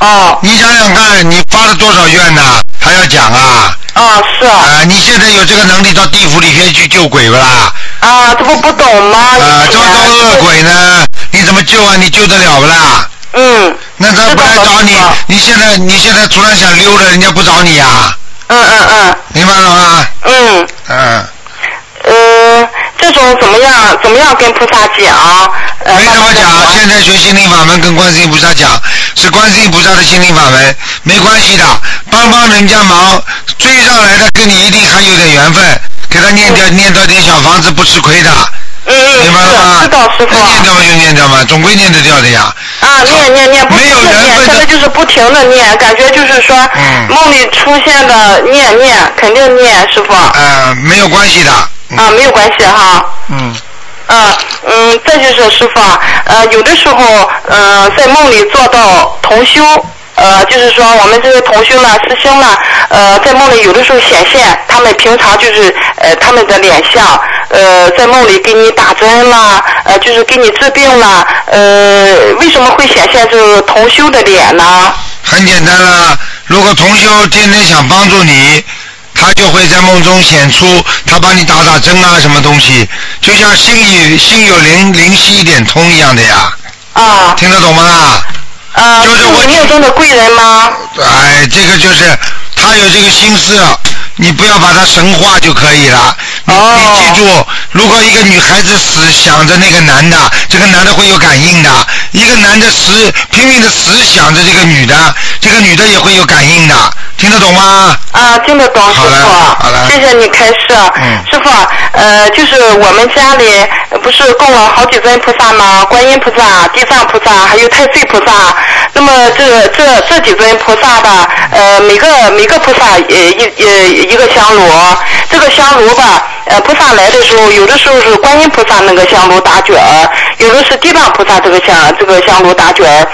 Speaker 6: 哦
Speaker 2: 你想想看，你发了多少愿呢？还要讲啊？
Speaker 6: 啊是啊。
Speaker 2: 啊，你现在有这个能力到地府里面去救鬼不啦？
Speaker 6: 啊，这不不懂吗？
Speaker 2: 啊，这
Speaker 6: 以前
Speaker 2: 么多恶。鬼呢，你怎么救啊？你救得了不啦？
Speaker 6: 嗯
Speaker 2: 那他不来找你，你现在你现在突然想溜了，人家不找你啊？
Speaker 6: 嗯嗯
Speaker 2: 明白了吗？
Speaker 6: 嗯
Speaker 2: 嗯，
Speaker 6: 嗯，呃，这种怎么样？怎么样跟菩萨讲？呃，
Speaker 2: 没怎么
Speaker 6: 慢慢
Speaker 2: 讲。
Speaker 6: 地
Speaker 2: 现在学心灵法门跟观世音菩萨讲，是观世音菩萨的心灵法门，没关系的，帮帮人家忙，追上来的跟你一定还有点缘分，给他念掉念到点小房子不吃亏的，
Speaker 6: 嗯
Speaker 2: 明白了
Speaker 6: 嗯，
Speaker 2: 吗？
Speaker 6: 是知道师傅
Speaker 2: 那念
Speaker 6: 啊
Speaker 2: 掉嘛就念掉嘛，总归念得掉的呀。
Speaker 6: 啊，念念念，不
Speaker 2: 没
Speaker 6: 停
Speaker 2: 有
Speaker 6: 的
Speaker 2: 缘
Speaker 6: 念，
Speaker 2: 分
Speaker 6: 现在
Speaker 2: 的，
Speaker 6: 就是不停的念，感觉就是说
Speaker 2: 嗯
Speaker 6: 梦里出现的念念，肯定念师傅啊，
Speaker 2: 呃，没有关系的。嗯
Speaker 6: 没有关系哈。
Speaker 2: 嗯，
Speaker 6: 嗯嗯，再就是师傅啊，呃，有的时候，呃，在梦里做到同修，呃，就是说我们这些同修呢、师兄呢，呃，在梦里有的时候显现他们平常就是呃他们的脸相，呃，在梦里给你打针啦，呃，就是给你治病啦，呃，为什么会显现这个同修的脸呢？
Speaker 2: 很简单啦。如果同修天天想帮助你，他就会在梦中显出他帮你打打针啊，什么东西，就像心里心有灵灵犀一点通一样的呀，
Speaker 6: 啊，
Speaker 2: 听得懂吗？
Speaker 6: 呃，
Speaker 2: 就是我
Speaker 6: 你命中的贵人吗？
Speaker 2: 哎，这个就是他有这个心思，你不要把他神化就可以了。你、
Speaker 6: 哦
Speaker 2: 你记住，如果一个女孩子死想着那个男的，这个男的会有感应的；一个男的死拼命的死想着这个女的，这个女的也会有感应的。听得懂吗？
Speaker 6: 啊，听得懂，师
Speaker 2: 好嘞
Speaker 6: 傅。
Speaker 2: 好嘞
Speaker 6: 啊谢谢你开示。啊
Speaker 2: 嗯
Speaker 6: 师傅，呃，就是我们家里呃不是供了好几尊菩萨吗？观音菩萨、地藏菩萨，还有太岁菩萨。那么这这这几尊菩萨吧，呃，每个每个菩萨呃一呃一个香炉，这个香炉吧，呃，菩萨来的时候，有的时候是观音菩萨那个香炉打卷儿，有的是地藏菩萨这个香这个香炉打卷儿。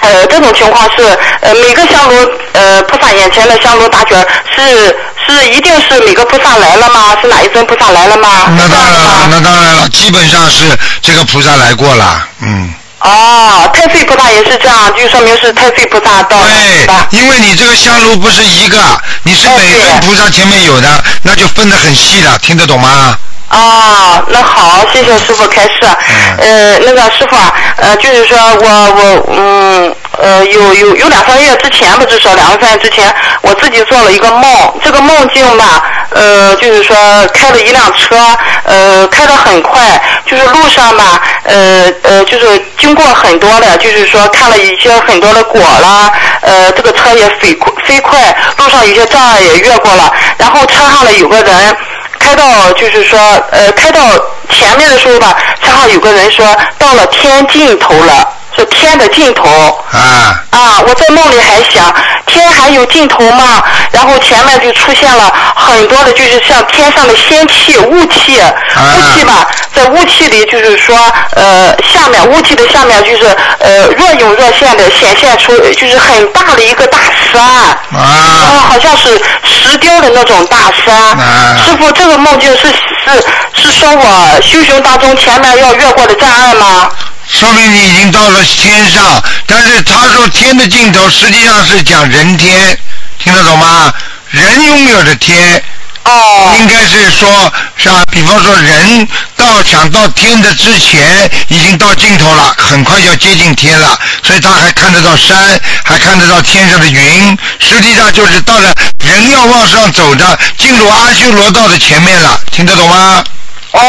Speaker 6: 呃，这种情况是呃每个香炉呃菩萨眼前的香炉打卷儿是是一定是每个菩萨来了吗？是哪一尊菩萨来了吗？
Speaker 2: 那
Speaker 6: 是这
Speaker 2: 当
Speaker 6: 样
Speaker 2: 然了，
Speaker 6: 的吗？
Speaker 2: 那当然了，基本上是这个菩萨来过了，嗯。
Speaker 6: 哦，太岁菩萨也是这样，就说明是太岁菩萨到了，是吧？
Speaker 2: 哎对，因为你这个香炉不是一个，你是
Speaker 6: 哎
Speaker 2: 每尊
Speaker 6: 对
Speaker 2: 菩萨前面有的，那就分得很细了，听得懂吗？
Speaker 6: 哦，那好，谢谢师傅开示。呃，那个师傅啊，呃，就是说我我嗯呃有有有两三个月之前吧，至少两三个月之前，我自己做了一个梦，这个梦境吧，呃，就是说开了一辆车，呃，开得很快，就是路上吧，呃呃，就是经过很多的，就是说看了一些很多的果啦，呃，这个车也飞快飞快，路上有些障碍也越过了，然后车上呢有个人。开到就是说，呃，开到前面的时候吧，恰好有个人说到了天尽头了，是天的尽头。
Speaker 2: 啊，
Speaker 6: 啊，我在梦里还想天还有尽头吗？然后前面就出现了很多的，就是像天上的仙气、雾气，
Speaker 2: 啊
Speaker 6: 雾气吧，在雾气里就是说，呃，下面雾气的下面就是呃若隐若现的显现出，就是很大的一个大山。然后
Speaker 2: 啊，
Speaker 6: 好像是石雕的那种大山。
Speaker 2: 啊
Speaker 6: 师傅，这个梦境是是是说我修行当中前面要越过的障碍吗？
Speaker 2: 说明你已经到了天上，但是他说天的尽头实际上是讲人天，听得懂吗？人拥有的天，
Speaker 6: 哦
Speaker 2: 应该是说，是吧？比方说人到想到天的之前，已经到尽头了，很快要接近天了，所以他还看得到山，还看得到天上的云。实际上就是到了人要往上走的，进入阿修罗道的前面了，听得懂吗？
Speaker 6: 哦，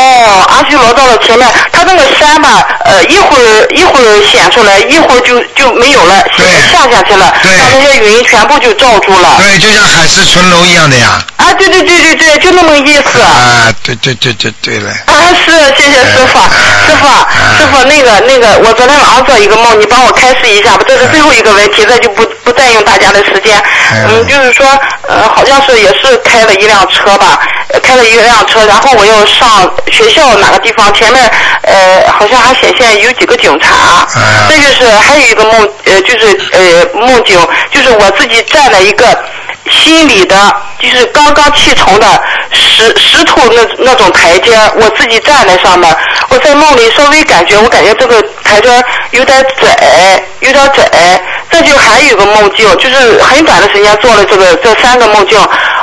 Speaker 6: 阿修罗到了前面，它那个山吧，呃，一会儿一会儿显出来，一会儿就就没有了，
Speaker 2: 对
Speaker 6: 下下去了，
Speaker 2: 对
Speaker 6: 把那些云全部就罩住了。
Speaker 2: 对，就像海市蜃楼一样的呀。
Speaker 6: 啊，对对对对对，就那么个意思。
Speaker 2: 啊，对对对对对了。
Speaker 6: 啊，是，谢谢师傅，
Speaker 2: 嗯
Speaker 6: 师傅
Speaker 2: 嗯，
Speaker 6: 师傅，那个那个，我昨天晚上做一个梦，你帮我开示一下吧。这是最后一个问题，这就不不占用大家的时间。
Speaker 2: 哎
Speaker 6: 嗯，就是说，呃，好像是也是开了一辆车吧，呃开了一辆车，然后我又上学校哪个地方，前面呃好像还显现有几个警察。
Speaker 2: 哎呀
Speaker 6: 再就是还有一个梦，呃，就是呃梦境，就是我自己站在一个心里的，就是刚刚砌成的石石头那那种台阶，我自己站在上面。我在梦里稍微感觉，我感觉这个台阶有点窄，有点窄。再就还有一个梦境，就是很短的时间做了这个这三个梦境，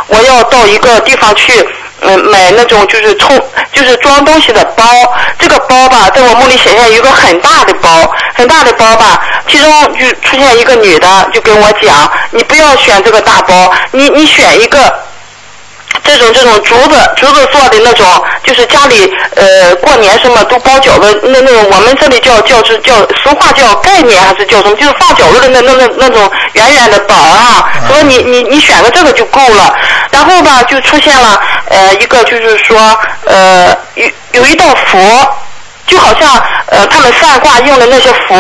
Speaker 6: 我要到一个地方去。嗯，买那种就是充就是装东西的包，这个包吧，在我梦里显现有一个很大的包，很大的包吧，其中就出现一个女的，就跟我讲，你不要选这个大包，你你选一个这种这种竹子竹子做的那种，就是家里呃过年什么都包饺子，那那种我们这里叫叫是叫俗话叫概念还是叫什么，就是放饺子的那那那那种圆圆的板儿啊。说你你你选个这个就够了，然后吧就出现了呃一个就是说呃有有一道符。就好像呃，他们算卦用的那些符，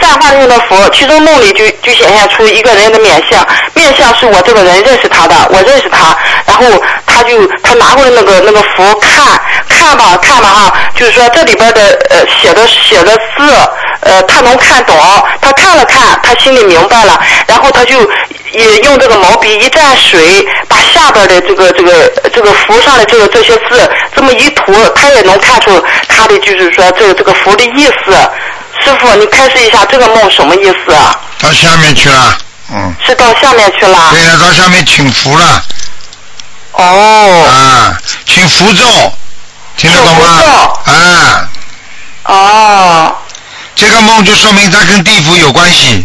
Speaker 6: 算卦用的符，其中梦里就就显现出一个人的面相，面相是我这个人认识他的，我认识他，然后他就他拿过来那个那个符看看吧看吧哈，就是说这里边的呃写的写的字，呃他能看懂，他看了看，他心里明白了，然后他就也用这个毛笔一蘸水，呃把下边的这个这个这个符上的这个这些字这么一涂，他也能看出他的就是说这个这个符的意思。师傅，你开示一下这个梦什么意思啊？
Speaker 2: 到下面去了，嗯，
Speaker 6: 是到下面去了？
Speaker 2: 对了，到下面请福了，
Speaker 6: 哦
Speaker 2: 啊，请符咒，听得懂吗
Speaker 6: 请符？
Speaker 2: 啊，
Speaker 6: 哦，
Speaker 2: 这个梦就说明它跟地府有关系，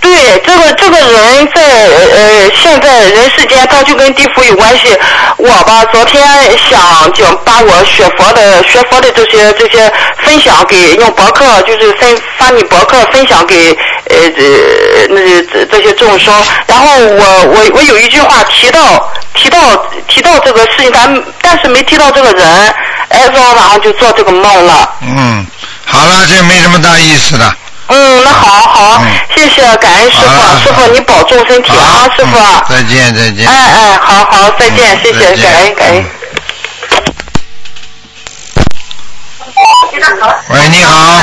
Speaker 6: 对，这个这个人在呃现在人世间，他就跟地府有关系。我吧，昨天想就把我学佛的学佛的这些这些分享给用博客，就是分发你博客分享给呃呃那这这些众生。然后我我我有一句话提到提到提到这个事情，咱但是没提到这个人。哎，昨天晚上就做这个梦了。
Speaker 2: 嗯，好了，这没什么大意思的，
Speaker 6: 嗯，那好好，
Speaker 2: 嗯
Speaker 6: 谢谢，感恩师
Speaker 2: 好了好了
Speaker 6: 傅，师傅你保重身体啊，师傅。
Speaker 2: 嗯再见再见，
Speaker 6: 哎哎，好好，再见，
Speaker 2: 嗯
Speaker 6: 谢
Speaker 2: 再见
Speaker 6: 谢，感恩感恩。
Speaker 2: 喂，你好。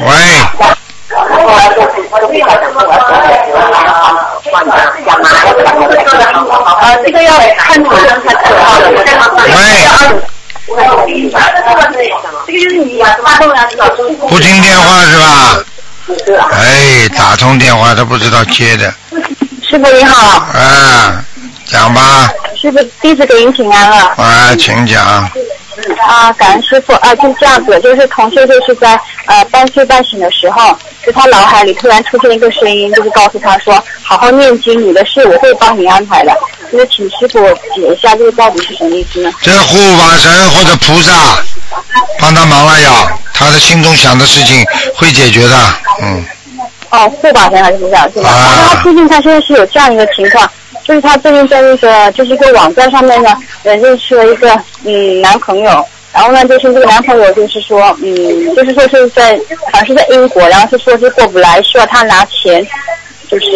Speaker 2: 喂喂，
Speaker 7: 呃，这个要看图上才知道的。啊
Speaker 2: 喂
Speaker 7: 这个就是你啊发动呀，
Speaker 2: 不听电话是吧？哎，打通电话都不知道接的，
Speaker 7: 师傅你好，
Speaker 2: 啊，讲吧，
Speaker 7: 师傅弟子给您请安了。
Speaker 2: 啊，请讲，
Speaker 7: 啊，感恩师傅啊，就这样子，就是同事就是在呃半睡半醒的时候，就他脑海里突然出现一个声音，就是告诉他说，好好念经，你的事我会帮你安排的。就是请师傅解一下，这个到底是什么意思呢？
Speaker 2: 这护法神或者菩萨帮他忙了要，他的心中想的事情会解决的，嗯，
Speaker 7: 哦，护法神还是不讲是吧？
Speaker 2: 啊
Speaker 7: 然后他最近嗯他现在是有这样一个情况，就是他最近在那个就是一个网站上面呢，呃，认识了一个嗯男朋友。然后呢，就是这个嗯男朋友，就是说，嗯，就是说是在，好像是在英国，然后是说是过不来，需要他拿钱，就是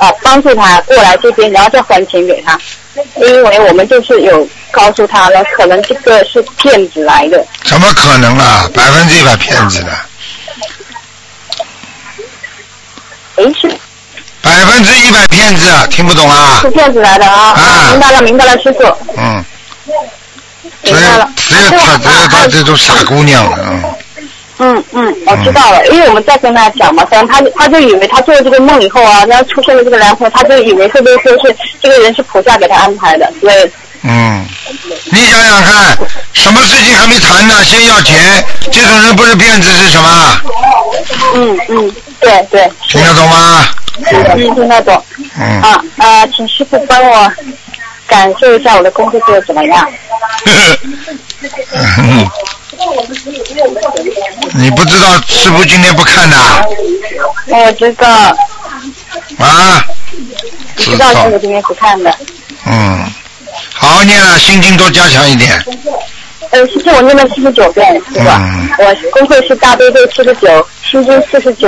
Speaker 7: 啊帮助他过来这边，然后再还钱给他，因为我们就是有告诉他了，可能这个是骗子来的，
Speaker 2: 怎么可能啊？百分之一百骗子的，
Speaker 7: 诶，是
Speaker 2: 百分之一百骗子，听不懂啊
Speaker 7: 是？骗子来的啊，
Speaker 2: 啊
Speaker 7: 明白了，明白了，师傅，
Speaker 2: 嗯，只
Speaker 7: 明白
Speaker 2: 有，
Speaker 7: 了
Speaker 2: 只有他只有他这种傻姑娘了，嗯，
Speaker 7: 嗯嗯，我知道了，因为我们在跟他讲嘛，反正他就他就以为他做了这个梦以后啊，然后出现了这个男朋友，他就以为会不会说是这个人是菩萨给他安排的，对，
Speaker 2: 嗯，你想想看，什么事情还没谈呢，先要钱，这种人不是骗子是什么？
Speaker 7: 嗯嗯，对对，
Speaker 2: 听得懂吗？
Speaker 7: 嗯，听得懂
Speaker 2: 嗯，
Speaker 7: 啊呃，请师傅帮我感受一下我的工作做的怎么样？
Speaker 2: 嗯你不知道师傅今天不看的啊
Speaker 7: 我知道，
Speaker 2: 啊？
Speaker 7: 知道是我今天不看的，
Speaker 2: 嗯，好好念了，心经多加强一点。
Speaker 7: 呃，其实我念了四十九遍，对吧？
Speaker 2: 嗯
Speaker 7: 我功课是大悲咒四十九，心经四十九，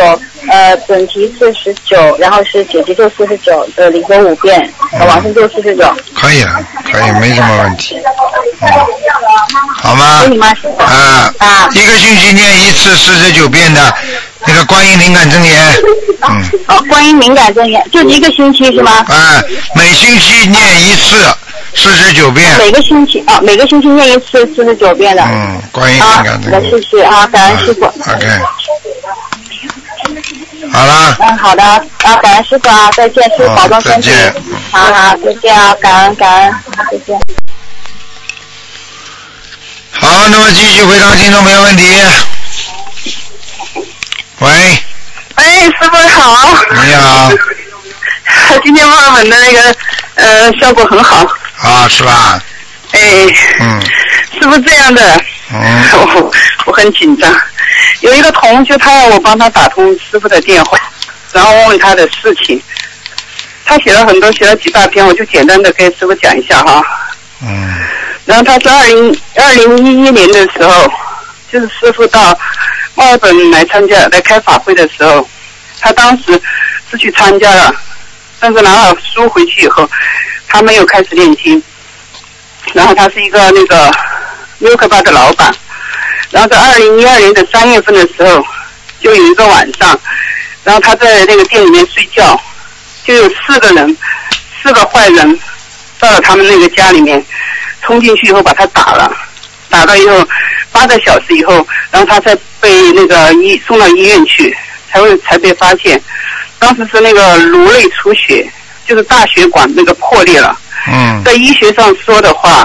Speaker 7: 呃，准提四十九，然后是解结咒四十九，呃，礼佛五遍，呃，往生咒四十九。
Speaker 2: 可以了，可以，没什么问题，嗯好吗
Speaker 7: 可以吗师？傅
Speaker 2: 啊，
Speaker 7: 啊
Speaker 2: 一个星期念一次四十九遍的那个观音灵感真言，嗯，
Speaker 7: 哦，关于敏感真言，就一个星期是吗？
Speaker 2: 啊，每星期念一次四十九遍，
Speaker 7: 每个星期啊、每个星期念一次四十九遍的。
Speaker 2: 嗯，观音
Speaker 7: 啊
Speaker 2: 灵感，真
Speaker 7: 我
Speaker 2: 言
Speaker 7: 试。试啊，感恩师傅。
Speaker 2: 啊 OK。好啦，
Speaker 7: 嗯，好的啊，感恩师傅啊，再见，师傅
Speaker 2: 嗯
Speaker 7: 保重身体
Speaker 2: 再见。
Speaker 7: 好好，再见啊，感恩感恩，再见。
Speaker 2: 好，那么继续回答听众朋友问题。喂，
Speaker 8: 哎，师傅好。
Speaker 2: 你好，
Speaker 8: 今天望文的那个呃效果很好，
Speaker 2: 啊，是吧？
Speaker 8: 哎，
Speaker 2: 嗯
Speaker 8: 师傅这样的，
Speaker 2: 嗯，
Speaker 8: 我 我很紧张。有一个同学，他要我帮他打通师傅的电话，然后问问他的事情。他写了很多，写了几大篇，我就简单的给师傅讲一下哈。
Speaker 2: 嗯
Speaker 8: 然后他是二零二零一一年的时候，就是师傅到墨尔本来参加来开法会的时候，他当时是去参加了，但是拿了书回去以后，他没有开始念经。然后他是一个那个 Milk Bar 的老板，然后在二零一二年的三月份的时候，就有一个晚上，然后他在那个店里面睡觉，就有四个人，四个坏人到了他们那个家里面，冲进去以后把他打了，打了以后八个小时以后，然后他才被那个医送到医院去，才会才被发现，当时是那个颅内出血，就是大血管那个破裂了。
Speaker 2: 嗯
Speaker 8: 在医学上说的话，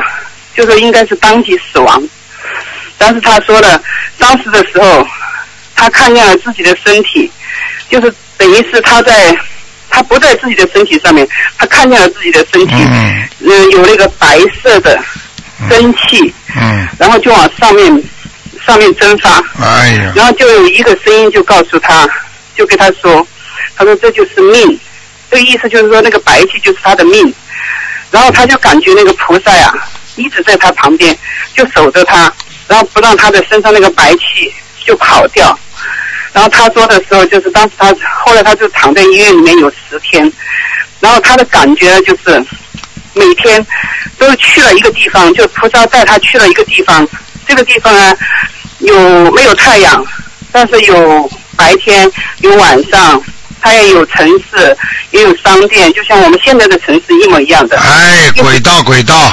Speaker 8: 就是应该是当即死亡。但是他说了，当时的时候，他看见了自己的身体，就是等于是他在，他不在自己的身体上面，他看见了自己的身体，
Speaker 2: 嗯
Speaker 8: 呃有那个白色的蒸汽，
Speaker 2: 嗯，
Speaker 8: 然后就往上面上面蒸发。
Speaker 2: 哎
Speaker 4: 嗯
Speaker 2: 呀，
Speaker 8: 然后就有一个声音就告诉他，就跟他说，他说这就是命，这个意思就是说那个白气就是他的命。然后他就感觉那个菩萨呀、一直在他旁边，就守着他，然后不让他的身上那个白气就跑掉。然后他说的时候，就是当时他后来他就躺在医院里面有十天，然后他的感觉就是每天都是去了一个地方，就菩萨带他去了一个地方，这个地方呢有没有太阳，但是有白天有晚上，它也有城市也有商店，就像我们现在的城市一模一样的。
Speaker 2: 哎，轨道轨道，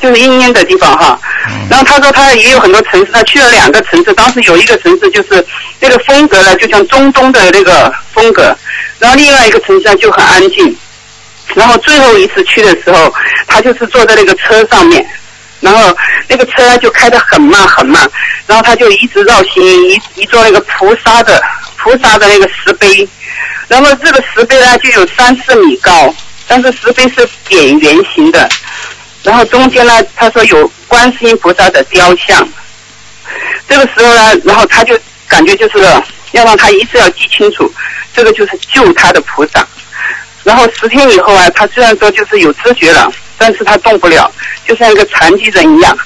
Speaker 8: 就是阴阴的地方哈
Speaker 2: 嗯。
Speaker 8: 然后他说他也有很多城市，他去了两个城市，当时有一个城市就是那个风格呢，就像中东的那个风格，然后另外一个城市呢就很安静。然后最后一次去的时候，他就是坐在那个车上面，然后那个车啊就开得很慢很慢，然后他就一直绕行一一座那个菩萨的菩萨的那个石碑，然后这个石碑呢就有三四米高，但是石碑是扁圆形的，然后中间呢，他说有观世音菩萨的雕像。这个时候呢，然后他就感觉就是要让他一次要记清楚，这个就是救他的菩萨。然后十天以后啊，他虽然说就是有知觉了，但是他动不了，就像一个残疾人一样。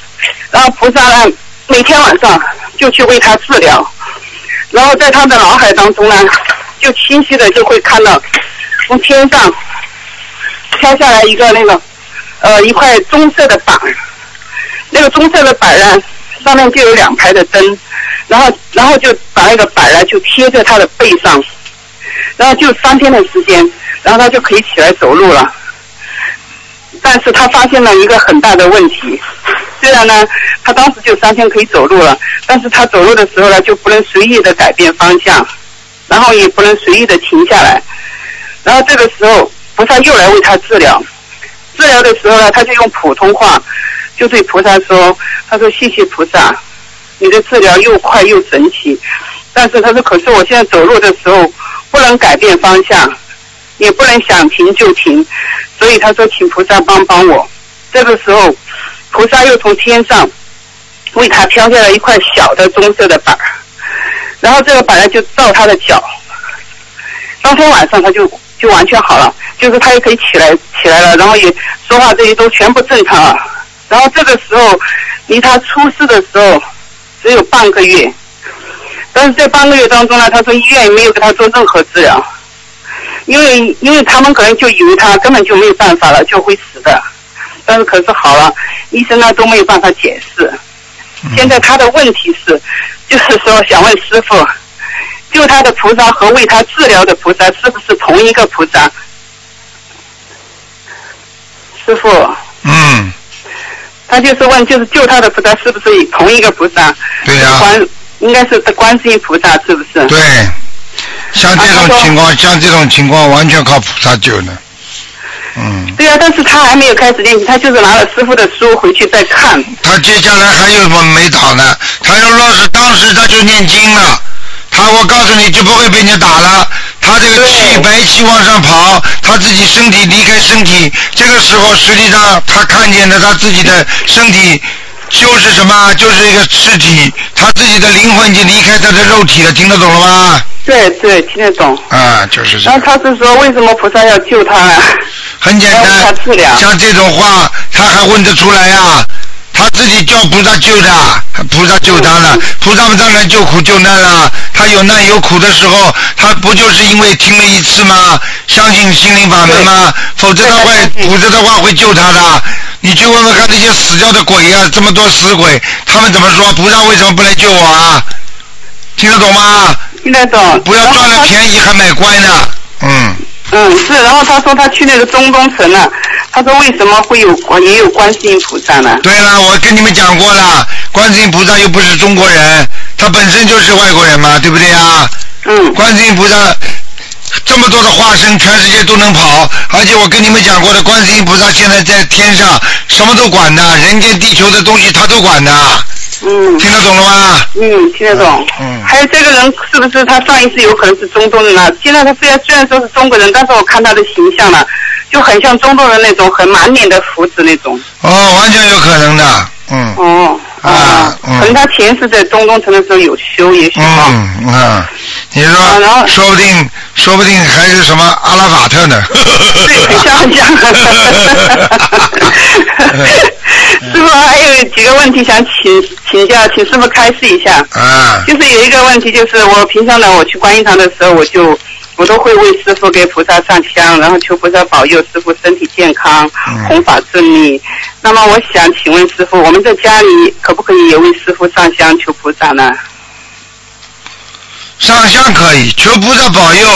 Speaker 8: 然后菩萨呢，每天晚上就去为他治疗，然后在他的脑海当中呢，就清晰的就会看到从天上飘下来一个那个呃一块棕色的板儿，那个棕色的板儿呢，上面就有两排的灯，然后然后就把那个板儿呢就贴在他的背上，然后就三天的时间，然后他就可以起来走路了。但是他发现了一个很大的问题，虽然呢，他当时就三天可以走路了，但是他走路的时候呢，就不能随意的改变方向，然后也不能随意的停下来，然后这个时候菩萨又来为他治疗，治疗的时候呢，他就用普通话就对菩萨说：“他说谢谢菩萨，你的治疗又快又神奇。但是他说，可是我现在走路的时候不能改变方向，也不能想停就停，所以他说请菩萨帮帮我。这个时候，菩萨又从天上为他飘下来一块小的棕色的板儿，然后这个板儿就照他的脚。当天晚上他就就完全好了，就是他也可以起来起来了，然后也说话这些都全部正常了。啊然后这个时候离他出事的时候只有半个月，但是这半个月当中呢，他说医院也没有给他做任何治疗，因为因为他们可能就以为他根本就没有办法了，就会死的。但是可是好了，医生呢都没有办法解释。现在他的问题是，就是说想问师傅，救他的菩萨和为他治疗的菩萨是不是同一个菩萨？师傅，
Speaker 2: 嗯，
Speaker 8: 他就是问，就是救他的菩萨是不是同一个菩萨？
Speaker 2: 对呀
Speaker 8: 观应该是观世音菩萨，是不是？
Speaker 2: 对，像这
Speaker 7: 啊
Speaker 2: 种情况，像这种情况完全靠菩萨救的，嗯，
Speaker 8: 对呀、但是他还没有开始练习，他就是拿了师傅的书回去再看。
Speaker 2: 他接下来还有什么没倒呢？他要若是当时他就念经了，他我告诉你就不会被人家打了。他这个气白气往上跑，他自己身体离开身体，这个时候实际上他看见的他自己的身体就是什么？就是一个尸体，他自己的灵魂已经离开他的肉体了，听得懂了吗？
Speaker 8: 对对，听得懂。
Speaker 2: 啊，就是这
Speaker 8: 然后
Speaker 2: 样，
Speaker 8: 他是说，为什么菩萨要救他呢？
Speaker 2: 很简
Speaker 8: 然后他治疗
Speaker 2: 单，像这种话他还问得出来呀、他自己叫菩萨救的，菩萨救他
Speaker 8: 嗯
Speaker 2: 了，菩萨们当然救苦救难了。他有难有苦的时候，他不就是因为听了一次吗？相信心灵法门吗？否则的话
Speaker 8: 对对，对
Speaker 2: 否则的话会救他的。你去问问看那些死掉的鬼呀、这么多死鬼，他们怎么说？菩萨为什么不来救我啊？听得懂吗？
Speaker 8: 听得懂。
Speaker 2: 不要
Speaker 8: 然后
Speaker 2: 赚了
Speaker 8: 他
Speaker 2: 便宜还买乖呢。嗯。
Speaker 8: 嗯，是，然后他说他去那个中东城了，他说为什么会有也有观世音菩萨呢？
Speaker 2: 对了，我跟你们讲过了，观世音菩萨又不是中国人，他本身就是外国人嘛，对不对啊？
Speaker 8: 嗯，
Speaker 2: 观世音菩萨这么多的化身，全世界都能跑，而且我跟你们讲过的，观世音菩萨现在在天上什么都管的，人间地球的东西他都管的，
Speaker 8: 嗯
Speaker 2: 听得懂了吗？
Speaker 8: 嗯，听得懂。
Speaker 2: 嗯
Speaker 8: 还有这个人是不是他上一次有可能是中东人啊？现在他虽然虽然说是中国人，但是我看他的形象了，就很像中东人那种，很满脸的胡子那种。
Speaker 2: 哦，完全有可能的，嗯
Speaker 8: 哦。
Speaker 2: 啊嗯
Speaker 8: 可能他前世在中东城的时候有修，也许啊。
Speaker 2: 嗯啊，你
Speaker 8: 啊然
Speaker 2: 说
Speaker 8: 后
Speaker 2: 说不定说不定还是什么阿拉法特呢？
Speaker 8: 对，很像很像。
Speaker 2: 嗯
Speaker 8: 师傅还有几个问题想请请教，请师傅开示一下。
Speaker 2: 啊，
Speaker 8: 就是有一个问题，就是我平常呢，我去观音堂的时候，我就我都会为师傅给菩萨上香，然后求菩萨保佑师傅身体健康
Speaker 2: 嗯，
Speaker 8: 弘法顺利。那么我想请问师傅，我们在家里可不可以也为师傅上香求菩萨呢？
Speaker 2: 上香可以，求菩萨保佑。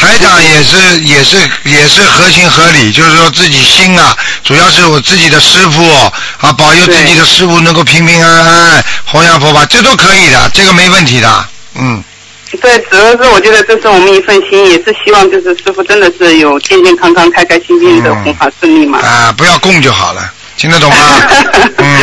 Speaker 2: 台
Speaker 8: 嗯
Speaker 2: 长也是也是也是合情合理，就是说自己心啊，主要是我自己的师傅啊，保佑自己的师傅能够平平安安，弘扬佛法，这都可以的，这个没问题的，嗯，
Speaker 8: 对，主要是我觉得这是我们一份心，也是希望就是师傅真的是有健健康康、开开心心的
Speaker 2: 嗯
Speaker 8: 弘法顺利嘛。
Speaker 2: 啊，不要供就好了，听得懂 吗？嗯，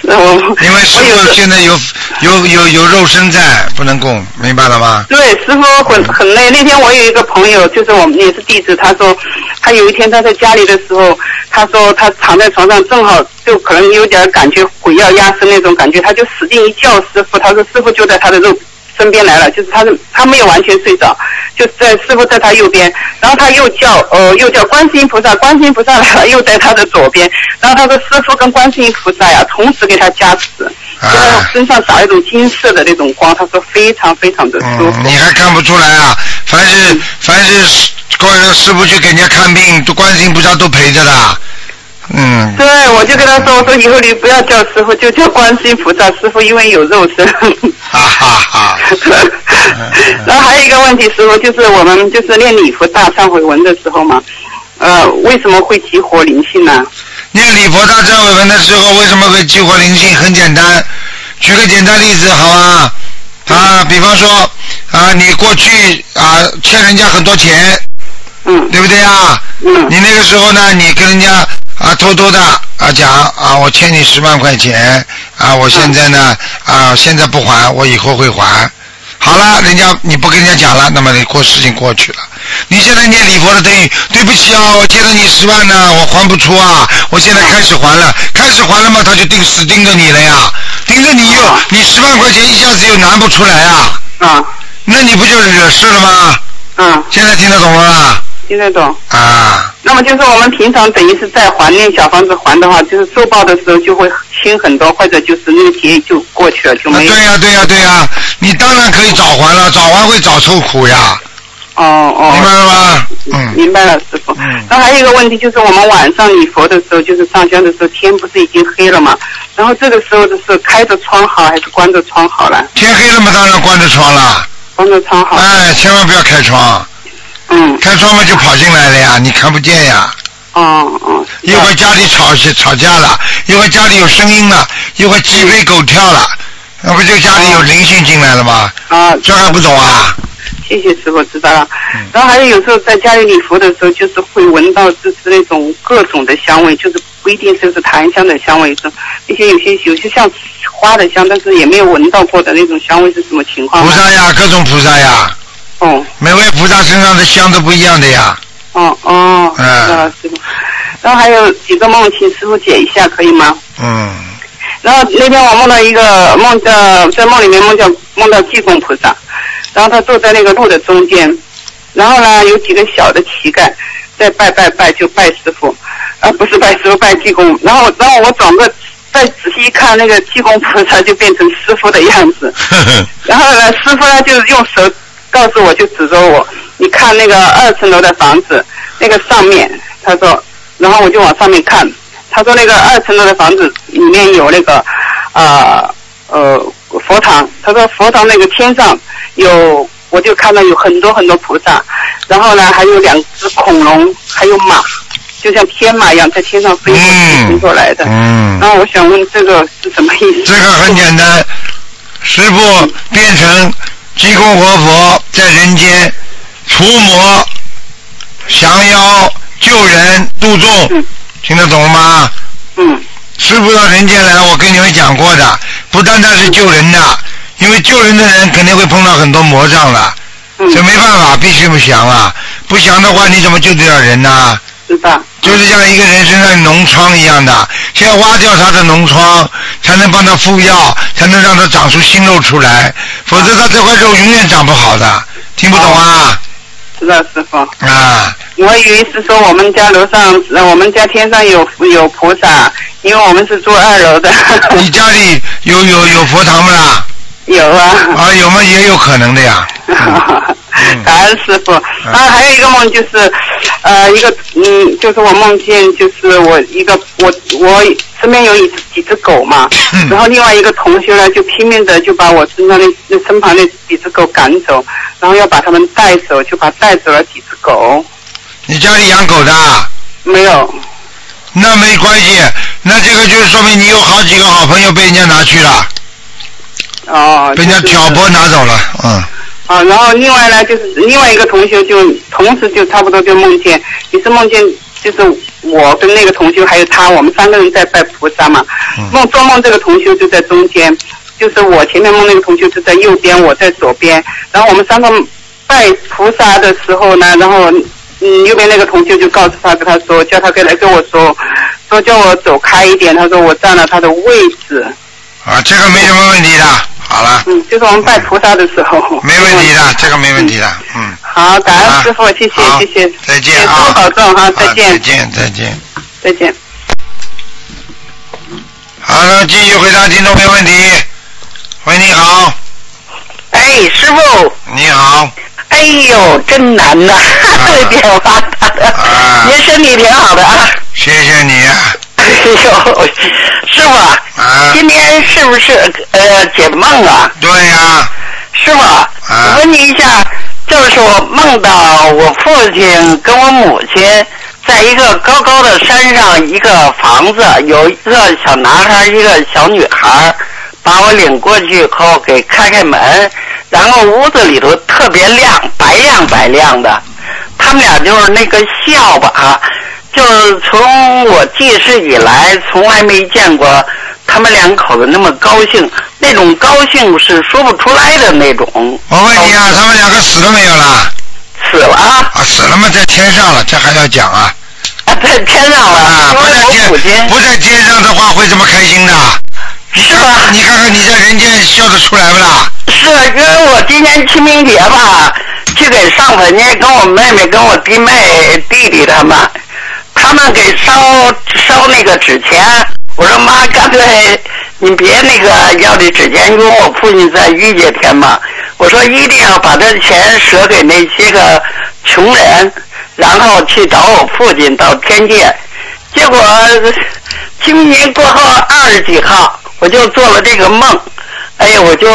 Speaker 8: 是我，
Speaker 2: 因为师
Speaker 8: 我有
Speaker 2: 傅
Speaker 8: 时
Speaker 2: 现在有有有有肉身在，不能供，明白了吗？
Speaker 8: 对，师傅很很累。那天我有一个朋友，就是我们也是弟子，他说他有一天他在家里的时候，他说他躺在床上，正好就可能有点感觉鬼要压身那种感觉，他就使劲一叫师傅，他说师傅就在他的肉身边来了，就是他是他没有完全睡着，就在师傅在他右边，然后他又叫呃又叫观世音菩萨，观世音菩萨来了，又在他的左边，然后他说师傅跟观世音菩萨呀，同时给他加持，就在他身上打一种金色的那种光，他说非常非常的舒服。嗯
Speaker 2: 嗯，你还看不出来啊？凡是凡是师观师傅去给人家看病，都观世音菩萨都陪着的。嗯，
Speaker 8: 对，我就跟他说，我说以后你不要叫师傅，就叫观世音菩萨师傅，因为有肉身。
Speaker 2: 哈哈 哈。
Speaker 8: 然后还有一个问题，师傅就是我们就是念礼佛大忏悔文的时候嘛，呃，为什么会激活灵性呢？
Speaker 2: 念礼佛大忏悔文的时候，为什么会激活灵性？很简单，举个简单例子好吧？
Speaker 8: 嗯
Speaker 2: 啊，比方说啊，你过去啊欠人家很多钱，
Speaker 8: 嗯
Speaker 2: 对不对啊？
Speaker 8: 嗯
Speaker 2: 你那个时候呢，你跟人家啊偷偷的啊讲啊，我欠你十万块钱啊，
Speaker 8: 嗯
Speaker 2: 我现在呢啊现在不还，我以后会还。好了，人家你不跟人家讲了，那么你过事情过去了。你现在念礼佛了，等于对不起啊，我欠了你十万呢、我还不出啊，我现在开始还了，开始还了嘛，他就盯死盯着你了呀，盯着你又你十万块钱一下子又拿不出来啊，
Speaker 8: 啊
Speaker 2: 那你不就惹事了吗？
Speaker 8: 嗯，
Speaker 2: 现在听得懂了吧？
Speaker 8: 七这种。
Speaker 2: 啊，
Speaker 8: 那么就是我们平常等于是在还那小房子还的话，就是受报的时候就会轻很多，或者就是那个劫就过去了，就
Speaker 2: 啊
Speaker 8: 没有。
Speaker 2: 对呀、对呀、对呀、你当然可以早还了，早还会早受苦呀，
Speaker 8: 哦哦。
Speaker 2: 明白了吗？嗯，
Speaker 8: 明白了，师傅。
Speaker 2: 嗯
Speaker 8: 那还有一个问题就是，我们晚上礼佛的时候，就是上香的时候，天不是已经黑了嘛？然后这个时候就是开着窗好还是关着窗好了？
Speaker 2: 天黑了嘛，当然关着窗了，
Speaker 8: 关着窗好。
Speaker 2: 哎，千万不要开窗，
Speaker 8: 嗯，
Speaker 2: 开窗嘛就跑进来了呀，你看不见呀。
Speaker 8: 哦哦。是
Speaker 2: 一
Speaker 8: 的
Speaker 2: 会儿家里吵吵架了，一会儿家里有声音了，一会儿
Speaker 8: 嗯
Speaker 2: 鸡飞狗跳了，那不就家里有灵性进来了吗？
Speaker 8: 哦啊，
Speaker 2: 这还不懂啊？
Speaker 8: 谢谢师傅，知道了。
Speaker 2: 嗯
Speaker 8: 然后还有有时候在家里礼佛的时候，就是会闻到就是那种各种的香味，就是不一定就是檀香的香味，是一些有些有些像花的香，但是也没有闻到过的那种香味是什么情况
Speaker 2: 菩
Speaker 8: 呢？
Speaker 2: 萨呀，各种菩萨呀，
Speaker 8: 哦
Speaker 2: 每位菩萨身上的香都不一样的呀。
Speaker 8: 哦哦，知道了师傅。然后还有几个梦，请师傅解一下可以吗？
Speaker 2: 嗯，
Speaker 8: 然后那天我梦到一个梦到在梦里面梦到梦到济公菩萨，然后他坐在那个路的中间，然后呢有几个小的乞丐在拜拜拜就拜师傅，啊不是拜师傅拜济公，然后然后我转过再仔细一看那个济公菩萨就变成师傅的样子，
Speaker 2: 呵呵，
Speaker 8: 然后呢，师傅呢就用手告诉我，就指着我，你看那个二层楼的房子，那个上面，他说，然后我就往上面看，他说那个二层楼的房子里面有那个，呃呃佛堂，他说佛堂那个天上有，我就看到有很多很多菩萨，然后呢还有两只恐龙，还有马，就像天马一样在天上飞过去飞
Speaker 2: 嗯
Speaker 8: 过来的。
Speaker 2: 嗯，
Speaker 8: 然后我想问这个是什么意思？
Speaker 2: 这个很简单，师傅变成济公活佛在人间除魔降妖救人度众，听得懂了吗？
Speaker 8: 嗯
Speaker 2: 师傅到人间来，我跟你们讲过的，不单单是救人的，因为救人的人肯定会碰到很多魔障了，
Speaker 8: 嗯，
Speaker 2: 这没办法，必须不降啊！不降的话，你怎么救得了人呢、
Speaker 8: 知道。
Speaker 2: 就是像一个人身上有脓疮一样的，先要挖掉他的脓疮，才能帮他敷药，才能让他长出新肉出来，否则他这块肉永远长不好的。听不懂啊？
Speaker 8: 知道师傅，
Speaker 2: 啊，
Speaker 8: 我以为是说我们家楼上，呃我们家天上有有菩萨，因为我们是住二楼的。
Speaker 2: 你家里有有有佛堂不啦？
Speaker 8: 有啊。
Speaker 2: 啊，有吗？也有可能的呀。嗯
Speaker 8: 感恩师傅。然后啊还有一个梦就是，呃，一个嗯，就是我梦见就是我一个我我身边有一只几只狗嘛，
Speaker 2: 嗯
Speaker 8: 然后另外一个同学呢就拼命的就把我身上那那身旁那几只狗赶走，然后要把它们带走，就把带走了几只狗，
Speaker 2: 你家里养狗的啊？
Speaker 8: 没有。
Speaker 2: 那没关系，那这个就是说明你有好几个好朋友被人家拿去了，
Speaker 8: 哦，
Speaker 2: 被人家
Speaker 8: 就是
Speaker 2: 挑拨拿走了，嗯，
Speaker 8: 啊，然后另外呢，就是另外一个同学就同时就差不多就梦见，也是梦见就是我跟那个同学还有他，我们三个人在拜菩萨嘛
Speaker 2: 嗯。
Speaker 8: 梦做梦这个同学就在中间，就是我前面梦那个同学就在右边，我在左边。然后我们三个拜菩萨的时候呢，然后嗯右边那个同学就告诉他，跟他说叫他跟来跟我说，说叫我走开一点，他说我占了他的位置。
Speaker 2: 啊，这个没什么问题的，好了，
Speaker 8: 嗯，就是我们拜菩萨的时候。
Speaker 2: 没问题的，这个没问题的，嗯，
Speaker 8: 好，感恩师傅，谢谢
Speaker 2: 好
Speaker 8: 谢谢，
Speaker 2: 再见
Speaker 8: 师
Speaker 2: 啊
Speaker 5: 嗯
Speaker 8: 傅保重哈，
Speaker 2: 啊
Speaker 8: 再
Speaker 2: 再
Speaker 8: 见
Speaker 2: 见，再见。
Speaker 8: 再见。
Speaker 2: 好了，继续回答听众朋友问题。喂，你好，
Speaker 5: 哎，师傅，
Speaker 2: 你好，
Speaker 5: 哎呦，真难呐、
Speaker 4: 啊
Speaker 5: 这电话打的，
Speaker 2: 啊
Speaker 5: 您身体挺好的啊。
Speaker 2: 谢谢你啊，
Speaker 5: 哎呦，师傅啊，
Speaker 2: 啊
Speaker 5: 今天是不是呃解梦啊？
Speaker 2: 对呀、
Speaker 5: 师傅啊，我问您一下，就是我梦到我父亲跟我母亲在一个高高的山上一个房子，有一个小男孩，一个小女孩，把我领过去以后给开开门，然后屋子里头特别亮，白亮白亮的，他们俩就是那个笑吧啊。就是从我记事以来，从来没见过他们两口子那么高兴，那种高兴是说不出来的那种。
Speaker 2: 我问你啊，他们两个死了没有啦？
Speaker 5: 哦死了啊！
Speaker 2: 啊，死了吗？在天上了，这还要讲啊？
Speaker 5: 啊在天上了，
Speaker 2: 啊，
Speaker 5: 因
Speaker 2: 不在
Speaker 5: 为我母亲
Speaker 2: 天，不在天上的话会这么开心的。
Speaker 5: 是吧？
Speaker 2: 你看看你在人间笑得出来不啦？
Speaker 5: 是因为我今年清明节吧，去给上坟去，跟我妹妹、跟我弟妹、弟弟他们，他们给烧烧那个纸钱。我说妈，干脆你别那个要这纸钱，因为我父亲在玉界天嘛。我说一定要把这钱舍给那些个穷人，然后去找我父亲到天界。结果清明过后二十几号，我就做了这个梦。哎呀，我就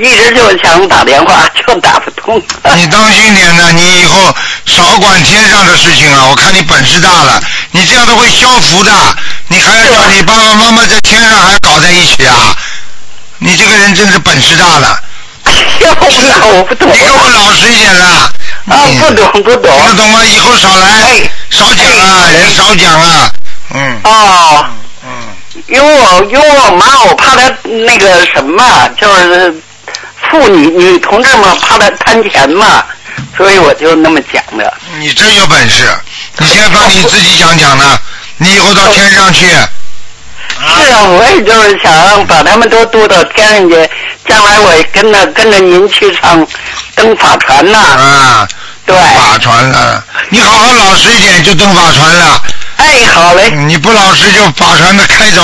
Speaker 5: 一直就想打电话，就打不通。
Speaker 2: 你当心点呢，你以后少管天上的事情啊！我看你本事大了，你这样都会消福的，你还要叫你爸爸妈妈在天上还搞在一起啊！你这个人真是本事大了。
Speaker 5: 哎呀，我不懂，我不懂。
Speaker 2: 你给我老实一点啦！
Speaker 5: 啊，不懂不懂。
Speaker 2: 听得懂吗？以后少来，
Speaker 5: 哎、
Speaker 2: 少讲啊，
Speaker 5: 哎、
Speaker 2: 人少讲啊。嗯。
Speaker 5: 哦。
Speaker 2: 嗯。嗯
Speaker 5: 因为我因为我妈，我怕她那个什么，就是妇女女同志嘛，怕她贪钱嘛，所以我就那么讲的。
Speaker 2: 你真有本事，你先把你自己讲讲呢，你以后到天上去。
Speaker 5: 是啊，我也就是想把他们都渡到天上去，将来我跟着跟着您去上登法船呐。
Speaker 2: 啊，
Speaker 5: 对。
Speaker 2: 法船了，你好好老实一点就登法船了。
Speaker 5: 哎，好嘞。
Speaker 2: 你不老实就法船的开 走，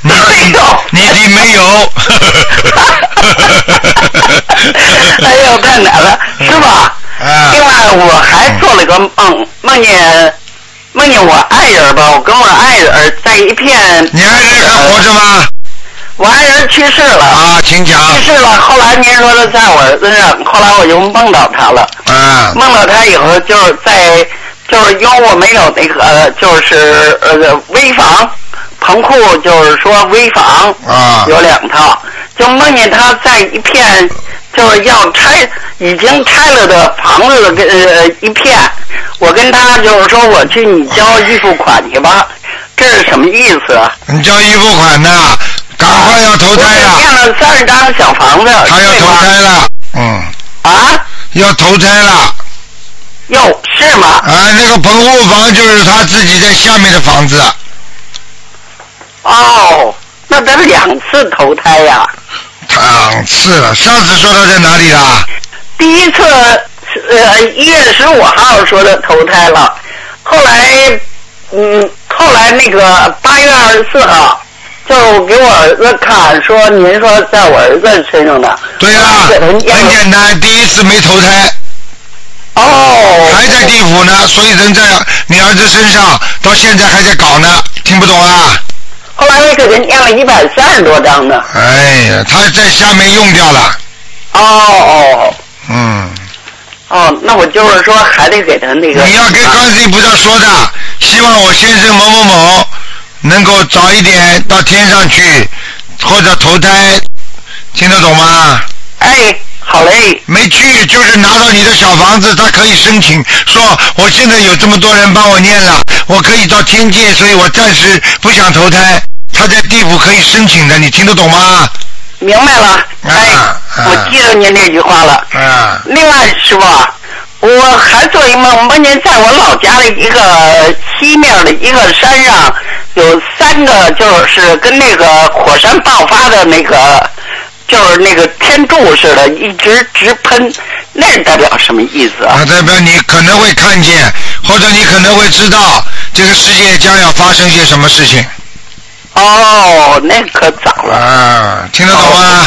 Speaker 2: 你你你没有。
Speaker 5: 哎呦，太 难了，是吧？
Speaker 2: 嗯啊。
Speaker 5: 另外，我还做了个梦，梦见梦见我爱人吧，我跟我爱人在一片。
Speaker 2: 你爱人还活着吗？
Speaker 5: 我爱人去世了
Speaker 2: 啊，请讲。
Speaker 5: 去世了，后来您说的在我身上，后来我就梦到他了。
Speaker 2: 啊。
Speaker 5: 梦到他以后，就是在就是因为我没有那个呃就是呃危房棚库，就是说危房
Speaker 2: 啊
Speaker 5: 有两套，就梦见他在一片就是要拆已经拆了的房子的跟呃一片，我跟他就是说我去你交预付款去吧，这是什么意思啊？
Speaker 2: 你交预付款呐，赶快要投胎呀、
Speaker 5: 我只建了三十张小房子，
Speaker 2: 他要
Speaker 5: 对
Speaker 2: 投
Speaker 5: 吗
Speaker 2: 胎了，嗯，
Speaker 5: 啊？
Speaker 2: 要投胎了。
Speaker 5: 哟，是吗？
Speaker 2: 啊，那个棚户房就是他自己在下面的房子，
Speaker 5: 哦，那得两次投胎呀、
Speaker 2: 档次了。上次说他在哪里啦？
Speaker 5: 第一次是呃一月十五号说的投胎了，后来嗯后来那个八月二十四号。就给我儿子看，说您说在我儿子身上的，
Speaker 2: 对呀、
Speaker 5: 我给他念
Speaker 2: 很
Speaker 5: 了
Speaker 2: 简单，第一次没投胎，
Speaker 5: 哦，
Speaker 2: 还在地府呢，所以人在你儿子身上，到现在还在搞呢，听不懂啊？
Speaker 5: 后来我给他念了一百三十多张呢。
Speaker 2: 哎呀，他在下面用掉了，
Speaker 5: 哦哦
Speaker 2: 嗯，
Speaker 5: 哦，那我就是说还得给他那个。
Speaker 2: 你要跟
Speaker 5: 啊
Speaker 2: 观世音菩萨说的，希望我先生某某某能够早一点到天上去，或者投胎，听得懂吗？
Speaker 5: 哎，好嘞，
Speaker 2: 没去，就是拿到你的小房子，他可以申请说，我现在有这么多人帮我念了，我可以到天界，所以我暂时不想投胎。他在地府可以申请的，你听得懂吗？
Speaker 5: 明白了。哎，
Speaker 2: 啊啊
Speaker 5: 我记得您这句话了。
Speaker 2: 啊，
Speaker 5: 另外，师傅啊，我还做一梦，梦见在我老家的一个西面的一个山上，有三个就是跟那个火山爆发的那个，就是那个天柱似的，一直直喷，那是代表什么意思
Speaker 2: 啊，？
Speaker 5: 啊
Speaker 2: 代表你可能会看见，或者你可能会知道这个世界将要发生些什么事情
Speaker 5: 哦，那可早了。
Speaker 2: 啊，听得懂吗？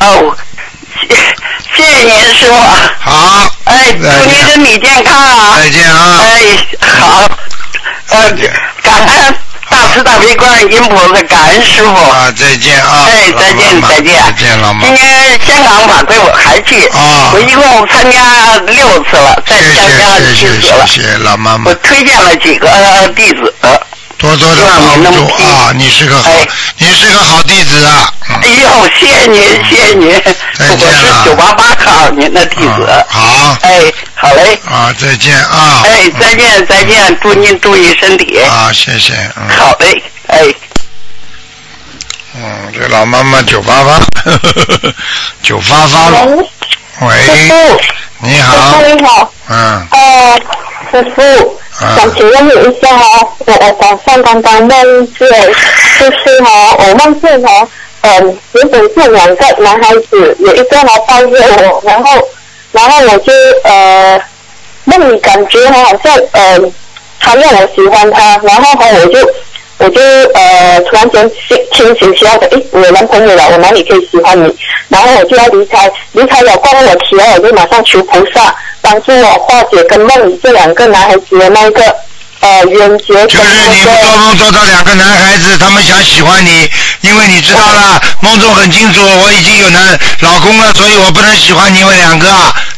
Speaker 5: 哦，谢谢谢您，师傅啊。
Speaker 2: 好，
Speaker 5: 哎，祝
Speaker 2: 再
Speaker 5: 您
Speaker 2: 见
Speaker 5: 身体健康啊！
Speaker 2: 再见啊！
Speaker 5: 哎，好，呃
Speaker 2: 再见，
Speaker 5: 感恩大慈大悲观世音菩萨，感恩师傅。
Speaker 2: 啊，再见啊！
Speaker 5: 哎，再见，
Speaker 2: 老妈妈
Speaker 5: 再见。
Speaker 2: 再见，老妈
Speaker 5: 今。天香港晚会我还去，
Speaker 2: 啊
Speaker 5: 我一共参加六次了，
Speaker 2: 谢
Speaker 5: 在
Speaker 2: 谢
Speaker 5: 香港
Speaker 2: 谢
Speaker 5: 七
Speaker 2: 谢
Speaker 5: 次了
Speaker 2: 谢。谢老妈妈
Speaker 5: 我。推荐了几个呃弟子，
Speaker 2: 多多的帮助啊！你是个好，你是个好弟子啊！嗯
Speaker 5: 哎呦，谢谢您，谢谢您，
Speaker 2: 再见啊
Speaker 5: 我
Speaker 2: 了
Speaker 5: 是九八八号您的弟子。
Speaker 2: 啊好
Speaker 5: 哎，好嘞，
Speaker 2: 啊，再见啊！
Speaker 5: 哎，再见，再见，祝您注意身体。
Speaker 2: 啊，谢谢，嗯
Speaker 5: 好嘞，哎。
Speaker 2: 嗯，这老妈妈九八 八，九八八了。
Speaker 9: 喂，师
Speaker 2: 喂，
Speaker 9: 傅，
Speaker 2: 你
Speaker 9: 师
Speaker 2: 好
Speaker 9: 傅，你好，
Speaker 2: 嗯
Speaker 9: 呃，师傅，想请问你一下哦，我我早上刚刚梦见，就是哈、我梦见哦呃哈、嗯，原本是两个男孩子，有一个来抱怨我，然后。然后我就呃梦里感觉他好像呃他让我喜欢他，然后哈我就我就呃突然间清清醒起来的，诶，我有男朋友了，我哪里可以喜欢你？然后我就要离开，离开了过后我起来我就马上求菩萨帮助我化解跟梦里这两个男孩子的那个呃冤结跟
Speaker 2: 就是你
Speaker 9: 那个
Speaker 2: 做梦做到两个男孩子，他们想喜欢你，因为你知道了，梦中很清楚，我已经有男老公了，所以我不能喜欢你们两个，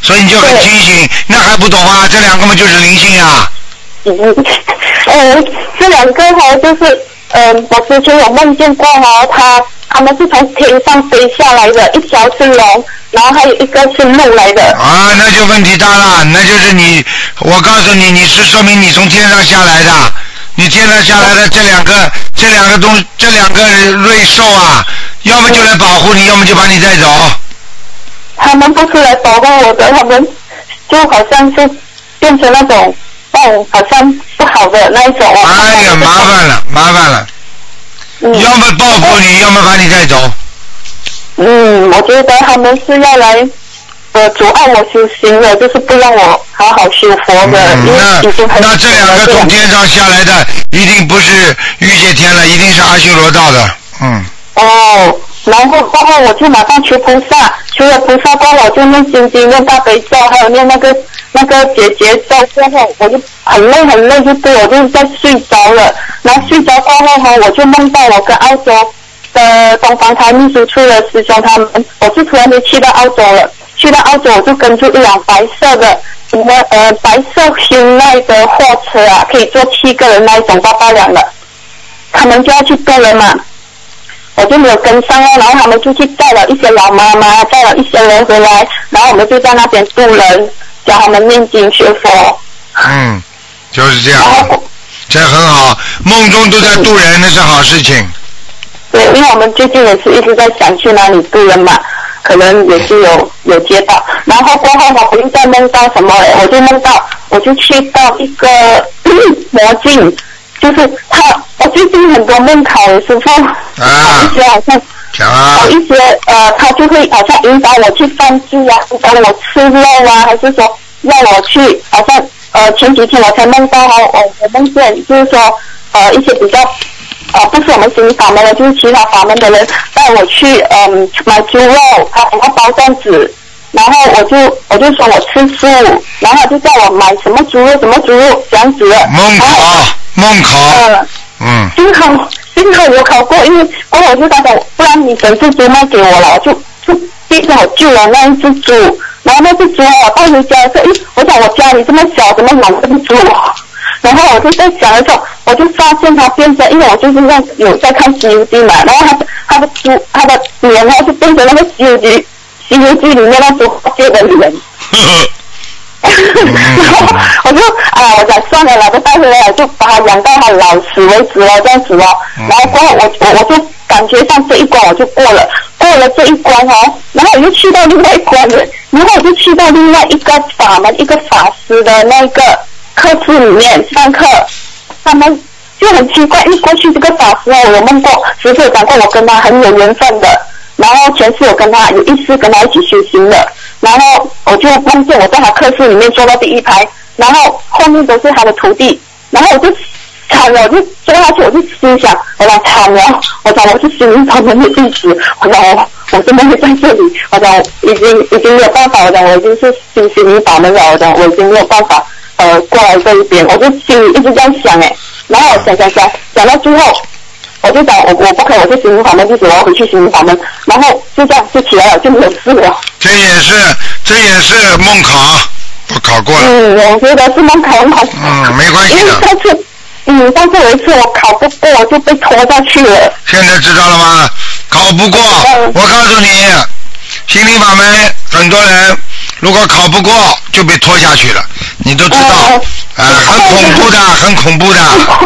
Speaker 2: 所以你就很
Speaker 9: 对
Speaker 2: 清醒，那还不懂啊？这两个嘛就是灵性啊。
Speaker 9: 嗯，呃， 这两个哈，就是，呃，我之前有梦见过哈，他他们是从天上飞下来的，一条是龙，然后还有一个是鹿来的。
Speaker 2: 啊，那就问题大了，那就是你，我告诉你，你是说明你从天上下来的，你天上下来的这两个这两个东这两个瑞兽啊，要么就来保护你，要么就把你带走。
Speaker 9: 他们不是来保护我的，他们就好像是变成那种，哦，好像不好的那一种。我看到
Speaker 2: 哎呀，
Speaker 9: 这种
Speaker 2: 麻烦了，麻烦了，
Speaker 9: 嗯
Speaker 2: 要么报复你，要么把你带走。
Speaker 9: 嗯，我觉得他们是要来。呃，阻碍我修行的，就是不让我好好修佛的，因为已经
Speaker 2: 嗯那
Speaker 9: 很
Speaker 2: 那这两个
Speaker 9: 久了
Speaker 2: 从
Speaker 9: 这
Speaker 2: 天上下来的，一定不是御界天了，一定是阿修罗道的。嗯，
Speaker 9: 哦，然后过后我就马上求菩萨，求了菩萨过后我就念心经、念大悲咒，还有念那个那个解结咒，过后我就很累很累，就对我就是在睡着了。然后睡着过后哈，我就梦到我跟澳洲的东方台秘书处的师兄他们，我就突然间去到澳洲了。去到澳洲，我就跟住一辆白色的，那呃白色 Hyundai 的货车啊，可以坐七个人那一种大大辆的，他们就要去渡人嘛。我就没有跟上啊，然后他们就去带了一些老妈妈，带了一些人回来，然后我们就在那边渡人，教他们念经学佛，
Speaker 2: 嗯，就是这样
Speaker 9: 然。后
Speaker 2: 这很好，梦中都在渡人，那是好事情。
Speaker 9: 对，因为我们最近也是一直在想去哪里渡人嘛，可能也是有有接到，然后过后我又在梦到什么嘞？我就梦到我就去到一个 魔镜，就是他，我最近很多梦考的师傅，
Speaker 2: 啊
Speaker 9: 一些好像。
Speaker 2: 讲啊
Speaker 9: 有，一些呃，他就会好像引导我去放弃啊，引导我吃肉啊，还是说让我去好像呃前几天我才梦到哈，我我梦见就是说呃一些比较呃不是我们心理法门的，就是其他法门的人带我去嗯、买猪肉，他然后包粽子。然后我就我就说我吃素，然后他就叫我买什么猪肉什么猪肉这样子的，
Speaker 2: 梦
Speaker 9: 然后
Speaker 2: 考，梦考，
Speaker 9: 呃
Speaker 2: 嗯，
Speaker 9: 幸好幸好我考过，因为过后我就想想，不然你整只猪卖给我了，就就变成我救了那一只猪，然后那只猪我带回家的时候，诶，我想我家里这么小，怎么养这么猪？然后我就在想的时候，我就发现它变成，因为我就是在有在看《西游记》嘛，然后它的它的猪它的脸，它就变成那个《西游记》《西游记》里面那猪八戒的脸。
Speaker 2: 呵呵，
Speaker 9: 然后 我就啊，我想算了啦，把它带回来，我就把它养到它老死为止了，这样子哦。
Speaker 2: 嗯
Speaker 9: 然后过后我我我就感觉上这一关我就过了，过了这一关哦，然后我就去到另外一关了，然后我就去到另外一个法门一个法师的那个课室里面上课，他们就很奇怪，因为过去这个法师啊，我有梦过，师傅有讲过我跟他很有缘分的，然后前世我跟他有一次跟他一起修行的，然后我就梦见我在他课室里面坐到第一排，然后后面都是他的徒弟，然后我就惨了，我就坐下去，我就心想，我讲惨了，我讲我是心灵法门的弟子，我讲我我真的会在这里，我讲已经已经没有办法，我讲我已经是心心灵法门了，我讲我已经没有办法呃过来这一边，我就心里一直在想哎，然后我想想想想到最后。我就想，我我不可以，我是心灵法门弟子，我要回去心灵法门，然后就这样就起来了，就没有事了。
Speaker 2: 这也是这也是梦考，我考过了，
Speaker 9: 嗯，我觉得是蛮考蛮。
Speaker 2: 嗯，没关系
Speaker 9: 因为
Speaker 2: 的。
Speaker 9: 上次，嗯，上次有一次我考不过，我就被拖下去了。
Speaker 2: 现在知道了吗？考不过，
Speaker 9: 嗯
Speaker 2: 我告诉你，心灵法门很多人如果考不过就被拖下去了，你都知道，啊、
Speaker 9: 嗯
Speaker 2: 很恐怖的，很恐怖的。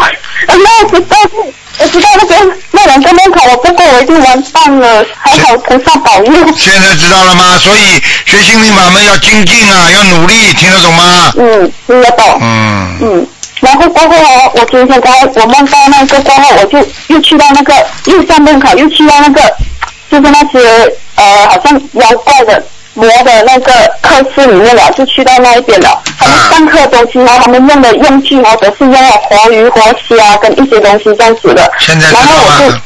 Speaker 9: 嗯那我知道，我知道那个那两个门考我不过，我已经完蛋了， 还好菩萨保佑。
Speaker 2: 现在知道了吗？所以学心灵法门要精进啊，要努力，听得懂吗？
Speaker 9: 嗯，听得懂。
Speaker 2: 嗯，
Speaker 9: 嗯，然后过后哦，我今天刚我梦到那个过后，我就又去到那个又上梦考，又去到那个，就是那些呃好像妖怪的魔的那个课室里面了，就去到那一边了。他们上课的东西啊，他们用的用具哦，都是用了活鱼、活虾跟一些东西这样子的。
Speaker 2: 现在知
Speaker 9: 然后
Speaker 2: 道
Speaker 9: 我就
Speaker 2: 了，，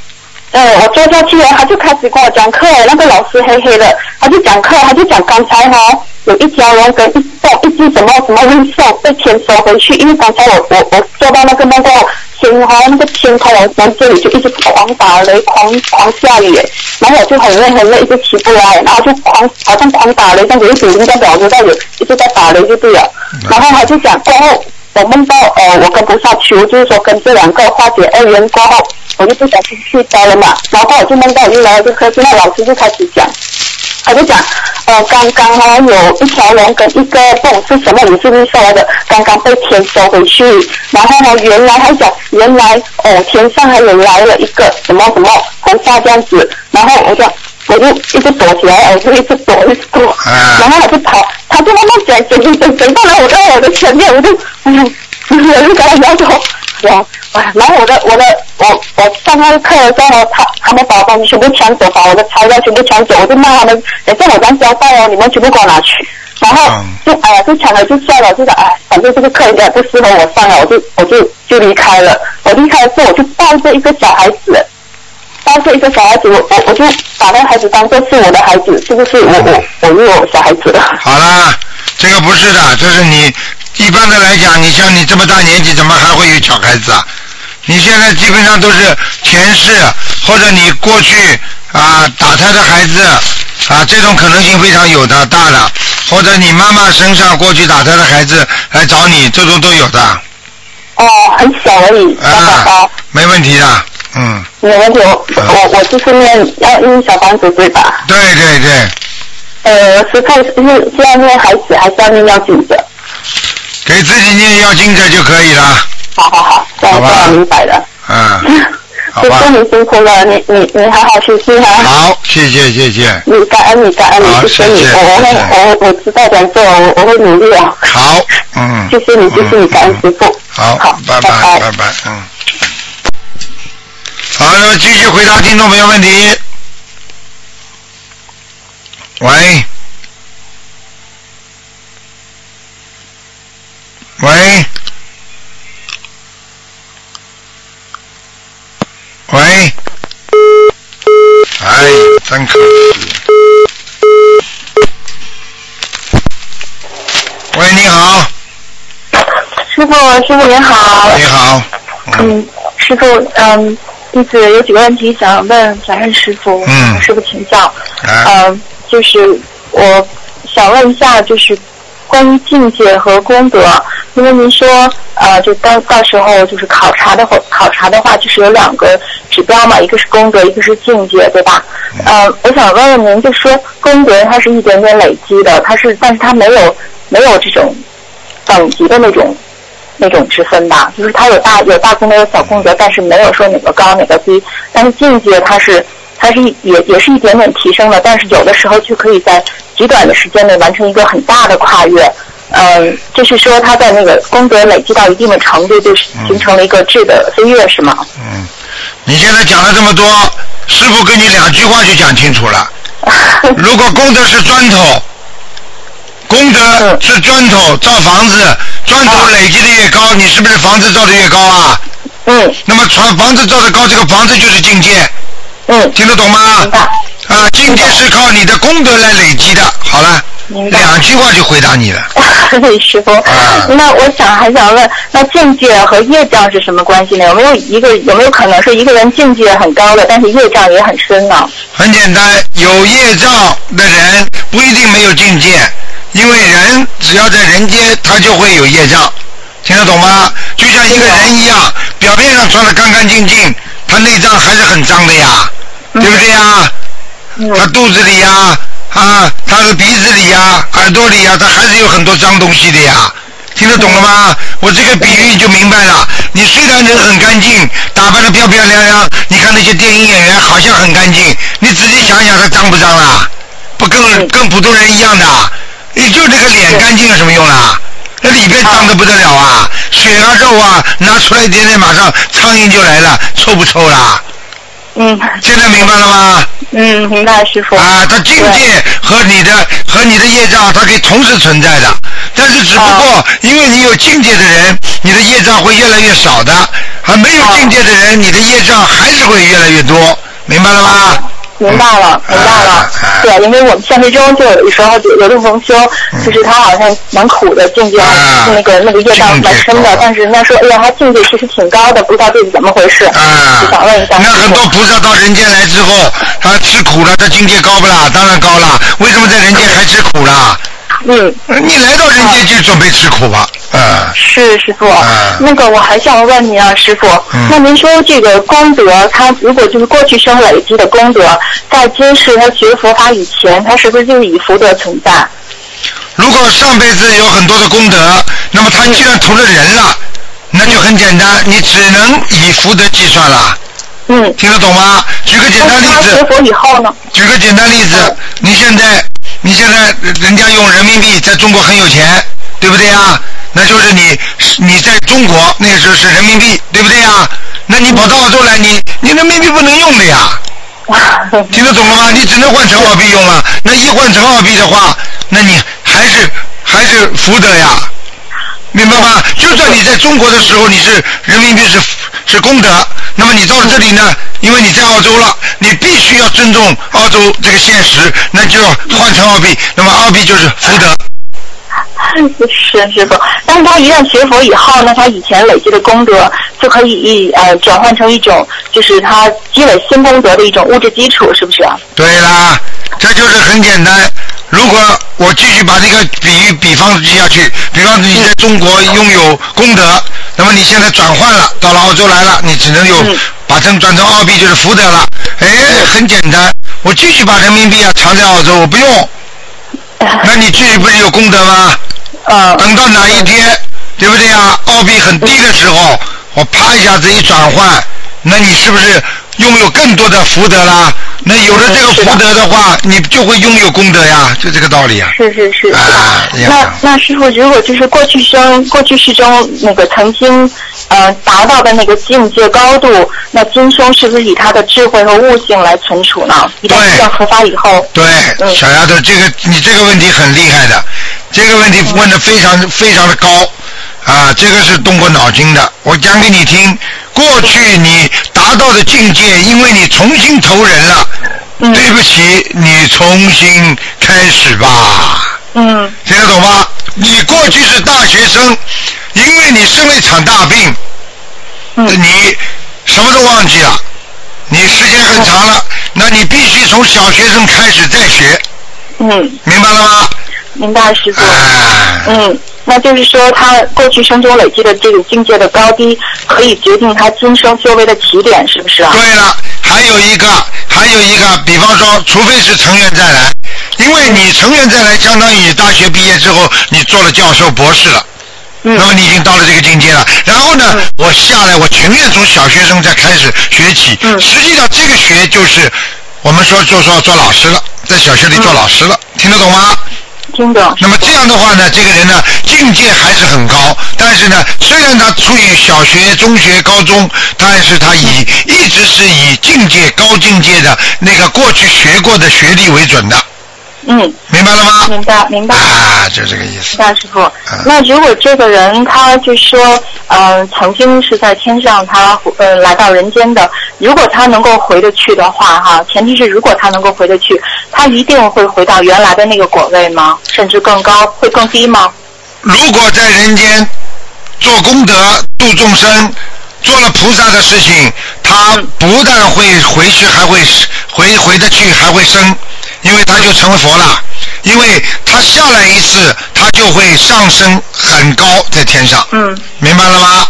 Speaker 9: 呃，我坐下去了，他就开始跟我讲课，那个老师黑黑的，他就讲课，他就讲刚才哈、哦，有一条龙跟一兽，一只什么什么运兽被天收回去，因为刚才我我我做到那个梦过后，天哈、那个天空我们这里就一直狂打雷，狂狂下雨，然后我就很累很累，一直起不来，然后就狂好像狂打雷这样子，一直在表子在有一直在打雷就对了，然后他就讲过后。我梦到呃，我跟菩萨求，就是说跟这两个化解二元过后，我就不小心去摘了嘛，然后我就梦到我又来了这科室，那老师就开始讲，他就讲，呃，刚刚哦有一条龙跟一个不懂是什么你是不是说来的，刚刚被天收回去，然后呢，原来还讲原来哦天上还有来了一个什么什么菩萨这样子，然后我就我就一直躲起来，我就一直躲一直躲，
Speaker 2: 啊
Speaker 9: 然后我就跑，他就慢慢转转转转转过来我到我的前面，我就嗯，我就跟他摇头。然然后我的我的我我上那个课的时候，他他们把我东西全部抢走，把我的材料全部抢走，我就骂他们，等下我当交代哦，你们全部给我拿去。然后
Speaker 2: 嗯
Speaker 9: 就哎呀，就抢了就算了，就想哎，反正这个课应该不适合我上了，我就我就就离开了。我离开的时候，我就抱着一个小孩子，抱着一个小孩子，我我我就把那个孩子当做是我的孩子，是不是？我我我又有小孩子了。
Speaker 2: 好啦，这个不是的，这是你一般的来讲，你像你这么大年纪，怎么还会有小孩子啊？你现在基本上都是前世或者你过去啊打胎的孩子啊，这种可能性非常有的大的，或者你妈妈身上过去打胎的孩子来找你，这种都有的
Speaker 9: 哦，很小而已，小宝宝。
Speaker 2: 啊，没问题的，嗯，
Speaker 9: 没问题，我我我就是念要念小房子对吧？
Speaker 2: 呃对对对，
Speaker 9: 呃，是看是是要念孩子还是要念要紧的？
Speaker 2: 给自己念要经者就可以了，
Speaker 9: 好好好，这样
Speaker 2: 好
Speaker 9: 这
Speaker 2: 吧
Speaker 9: 样明白了。
Speaker 2: 啊，好
Speaker 9: 师
Speaker 2: 吧
Speaker 9: 傅，你辛苦了，你你你好好休息哈。
Speaker 2: 好，谢谢谢谢，
Speaker 9: 你感恩你感恩
Speaker 2: 好
Speaker 9: 你，谢你，
Speaker 2: 谢谢
Speaker 9: 我我
Speaker 2: 谢谢
Speaker 9: 会我我知道怎么做，我我会努力啊。
Speaker 2: 好，嗯，
Speaker 9: 谢谢你，谢谢你，感恩
Speaker 2: 嗯
Speaker 9: 师傅。
Speaker 2: 好，
Speaker 9: 好，
Speaker 2: 拜
Speaker 9: 拜
Speaker 2: 拜拜，嗯。好，那么继续回答听众朋友问题。喂，喂，喂，哎，真可惜。喂，你好，
Speaker 7: 师傅，师傅您好。
Speaker 2: 你好，
Speaker 7: 嗯，师傅，嗯，弟子有几个问题想问，想问师傅，
Speaker 2: 嗯
Speaker 7: 师傅请教。
Speaker 2: 哎，
Speaker 7: 嗯，就是我想问一下，就是关于境界和功德，因为您说，呃，就到到时候就是考察的话，考察的话就是有两个指标嘛，一个是功德，一个是境界，对吧？呃，我想问问您，就说功德它是一点点累积的，它是，但是它没有没有这种等级的那种。那种之分吧，就是它有大有大功德有小功德，但是没有说哪个高哪个低。但是境界它是它是一也也是一点点提升的，但是有的时候就可以在极短的时间内完成一个很大的跨越。嗯，就是说他在那个功德累积到一定的程度，就是形成了一个质的飞跃，是吗？
Speaker 2: 嗯，你现在讲了这么多，师傅跟你两句话就讲清楚 了。如果功德是砖头，功
Speaker 7: 嗯
Speaker 2: 德是砖头造房子，砖头
Speaker 7: 啊
Speaker 2: 累积的越高，你是不是房子造的越高啊？
Speaker 7: 嗯
Speaker 2: 那么床房子造的高，这个房子就是境界，
Speaker 7: 嗯，
Speaker 2: 听得懂吗
Speaker 7: 明？白
Speaker 2: 啊，境界是靠你的功德来累积的。好了，
Speaker 7: 明白。
Speaker 2: 两句话就回答你了。
Speaker 7: 对，师傅
Speaker 2: 哎啊，
Speaker 7: 那我想还想问，那境界和业障是什么关系呢？有没有一个有没有可能是一个人境界很高的，但是业障也很深呢？
Speaker 2: 很简单，有业障的人不一定没有境界，因为人只要在人间，他就会有业障，听得懂吗？就像一个人一样，表面上穿的干干净净，他内脏还是很脏的呀，对不对呀？他肚子里呀，啊，他的鼻子里呀，耳朵里呀，他还是有很多脏东西的呀。听得懂了吗？我这个比喻你就明白了。你虽然人很干净，打扮的漂漂亮亮，你看那些电影演员好像很干净，你仔细想想他脏不脏啦？不跟跟普通人一样的，你就这个脸干净有什么用啦？那里边脏的不得了啊，血啊肉啊，拿出来一点点，马上苍蝇就来了，臭不臭啦？
Speaker 7: 嗯，
Speaker 2: 现在明白了吗？
Speaker 7: 嗯，明白师傅。
Speaker 2: 啊，它境界和你的和你的业障，它可以同时存在的。但是只不
Speaker 7: 啊
Speaker 2: 过因为你有境界的人，你的业障会越来越少的；还没有境界的人，你的业障还是会越来越多，明白了吗？
Speaker 7: 啊
Speaker 2: 啊
Speaker 7: 明白了，明白了。对，因为我们现实中就有时候有的同修，
Speaker 2: 嗯
Speaker 7: 就是他好像蛮苦的境界，
Speaker 2: 啊
Speaker 7: 那个那个业障蛮深
Speaker 2: 哦
Speaker 7: 的，但是人家说，哎呀，他境界其实挺高的，不知道这是怎么回事。
Speaker 2: 啊，
Speaker 7: 就想问一下。
Speaker 2: 那很多菩萨到人间来之后，他吃苦了，他境界高不啦？当然高了。为什么在人间还吃苦啦？
Speaker 7: 嗯，
Speaker 2: 你来到人间就准备吃苦吧，啊，
Speaker 7: 是师傅
Speaker 2: 啊，
Speaker 7: 那个我还想问您啊，师傅
Speaker 2: 嗯，
Speaker 7: 那您说这个功德，他如果就是过去生累积的功德，在今世他学佛法以前，他是不是就以福德存在？
Speaker 2: 如果上辈子有很多的功德，那么他既然投了人了，那就很简单，你只能以福德计算了。
Speaker 7: 嗯，
Speaker 2: 听得懂吗？举个简
Speaker 7: 但
Speaker 2: 单
Speaker 7: 是
Speaker 2: 例
Speaker 7: 他学
Speaker 2: 子，
Speaker 7: 佛以后呢？嗯
Speaker 2: 举个简单例子，你现在你现在人家用人民币在中国很有钱，对不对啊？那就是你你在中国那个时候是人民币，对不对啊？那你跑到澳洲来，你你人民币不能用的 呀。听得懂了吗？你只能换成澳币用了。那一换成澳币的话，那你还是还是福德呀，明白吗？就算你在中国的时候你是人民币是是功德，那么你到了这里呢，因为你在澳洲了，你必须要尊重澳洲这个现实，那就要换成澳币，那么澳币就是福德。
Speaker 7: 是师傅，但是他一旦学佛以后呢，他以前累积的功德就可以以呃转换成一种，就是他积累新功德的一种物质基础，是不是啊？
Speaker 2: 对啦，这就是很简单。如果我继续把这个比喻比方记下去，比方你在中国拥有功德，那么你现在转换了，到了澳洲来了，你只能有把成转成澳币就是福德了。哎，很简单，我继续把人民币啊藏在澳洲，我不用， 那你继续不是有功德吗？
Speaker 7: 呃，
Speaker 2: 等到哪一天，对不对呀？澳币很低的时候，我啪一下子一转换，那你是不是拥有更多的福德啦？那有了这个福德的话，你就会拥有功德呀，就这个道理啊。
Speaker 7: 是是是。
Speaker 2: 啊，一样
Speaker 7: 那
Speaker 2: 的
Speaker 7: 那师傅，如果就是过去生、过去世中那个曾经呃达到的那个境界高度，那今生是不是以他的智慧和悟性来存储呢？一旦
Speaker 2: 对
Speaker 7: 遇到合法以后，
Speaker 2: 对，
Speaker 7: 嗯
Speaker 2: 小丫头，这个你这个问题很厉害的，这个问题
Speaker 7: 嗯
Speaker 2: 问的非常非常的高啊，这个是动过脑筋的。我讲给你听，过去你达到的境界，因为你重新投人了，
Speaker 7: 嗯
Speaker 2: 对不起，你重新开始吧。
Speaker 7: 嗯
Speaker 2: 听得懂吗？你过去是大学生，因为你生了一场大病，
Speaker 7: 嗯
Speaker 2: 你什么都忘记了，你时间很长了，那你必须从小学生开始再学，
Speaker 7: 嗯，
Speaker 2: 明白了吗？
Speaker 7: 明白师傅。
Speaker 2: 哎，
Speaker 7: 嗯，那就是说，他过去生中累积的这个境界的高低，可以决定他今生修为的起点，是不是啊？
Speaker 2: 对了，还有一个，还有一个，比方说，除非是成员再来，因
Speaker 7: 嗯
Speaker 2: 为你成员再来，相当于你大学毕业之后，你做了教授、博士了。
Speaker 7: 嗯
Speaker 2: 那么你已经到了这个境界了。然后呢，我下来，我情愿从小学生再开始学起。
Speaker 7: 嗯
Speaker 2: 实际上这个学就是我们说就说做老师了，在小学里做老师了，听得懂吗？
Speaker 7: 嗯听懂。
Speaker 2: 那么这样的话呢，这个人呢境界还是很高，但是呢，虽然他处于小学、中学、高中，但是他以一直是以境界高境界的那个过去学过的学历为准的，
Speaker 7: 嗯，
Speaker 2: 明白了吗？哎
Speaker 7: 明白，明白。
Speaker 2: 啊，就这个意思。
Speaker 7: 那师傅，那如果这个人他就说，呃，曾经是在天上，他呃来到人间的，如果他能够回得去的话，哈，前提是如果他能够回得去，他一定会回到原来的那个果位吗？甚至更高，会更低吗？
Speaker 2: 如果在人间做功德、度众生，做了菩萨的事情，他不但会回去，还会回回得去，还会生，因为他就成为佛了。因为他下来一次，他就会上升很高，在天上，
Speaker 7: 嗯，
Speaker 2: 明白了吗？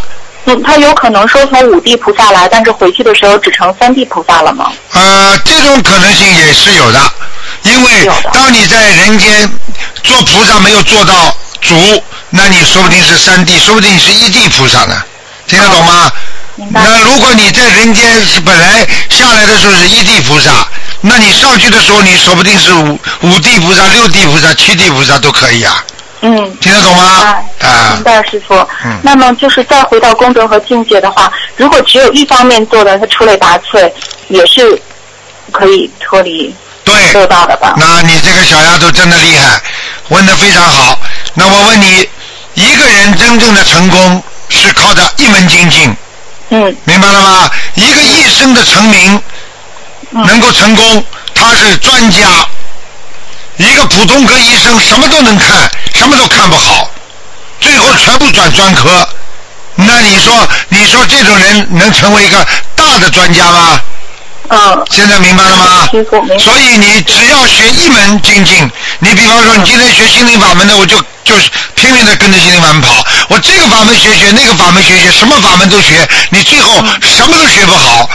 Speaker 7: 嗯，他有可能说从五地菩萨来，但是回去的时候只成三地菩萨了吗？
Speaker 2: 呃，这种可能性也是有的，因为
Speaker 7: 有的
Speaker 2: 当你在人间做菩萨没有做到足，那你说不定是三地，说不定你是一地菩萨呢，听得懂吗？
Speaker 7: 哦明白。
Speaker 2: 那如果你在人间是本来下来的时候是一地菩萨，那你上去的时候，你说不定是五五地菩萨、六地菩萨、七地菩萨都可以啊，
Speaker 7: 嗯。
Speaker 2: 听得懂吗？
Speaker 7: 哎
Speaker 2: 啊
Speaker 7: 明，白，师傅。
Speaker 2: 嗯
Speaker 7: 那么就是再回到功德和境界的话，如果只有一方面做的，他出类拔萃，也是可以脱离
Speaker 2: 对，
Speaker 7: 受到的吧？
Speaker 2: 那你这个小丫头真的厉害，问的非常好。那我问你，一个人真正的成功是靠着一门精进，
Speaker 7: 嗯
Speaker 2: 明白了吗？一个一生的成名，能够成功，他是专家。一个普通科医生什么都能看，什么都看不好，最后全部转专科。那你说，你说这种人能成为一个大的专家吗？
Speaker 7: 嗯，
Speaker 2: 现在明白了吗？
Speaker 7: 师傅明白
Speaker 2: 所以你只要学一门精进，你比方说
Speaker 7: 嗯
Speaker 2: 你今天学心灵法门的，我就就是拼命的跟着心灵法门跑，我这个法门学学，那个法门学学，什么法门都学，你最后
Speaker 7: 嗯
Speaker 2: 什么都学不好。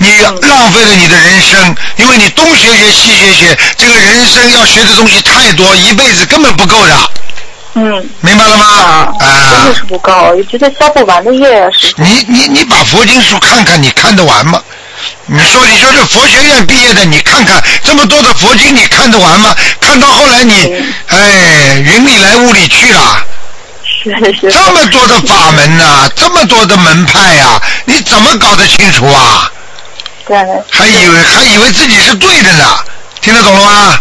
Speaker 2: 你浪费了你的人生，因为你东学学西学学，这个人生要学的东西太多，一辈子根本不够的，
Speaker 7: 嗯，
Speaker 2: 明白了吗
Speaker 7: 啊？，
Speaker 2: 啊，
Speaker 7: 真的是不够，我觉得消不完的业啊是。
Speaker 2: 你你你把佛经书看看，你看得完吗？你说你说这佛学院毕业的，你看看这么多的佛经，你看得完吗？看到后来你
Speaker 7: 嗯，
Speaker 2: 哎，云里来雾里去了，
Speaker 7: 是是是，
Speaker 2: 这么多的法门呐、这么多的门派呀、你怎么搞得清楚啊？
Speaker 7: 对，
Speaker 2: 还以为还以为自己是对的呢，听得懂了吗？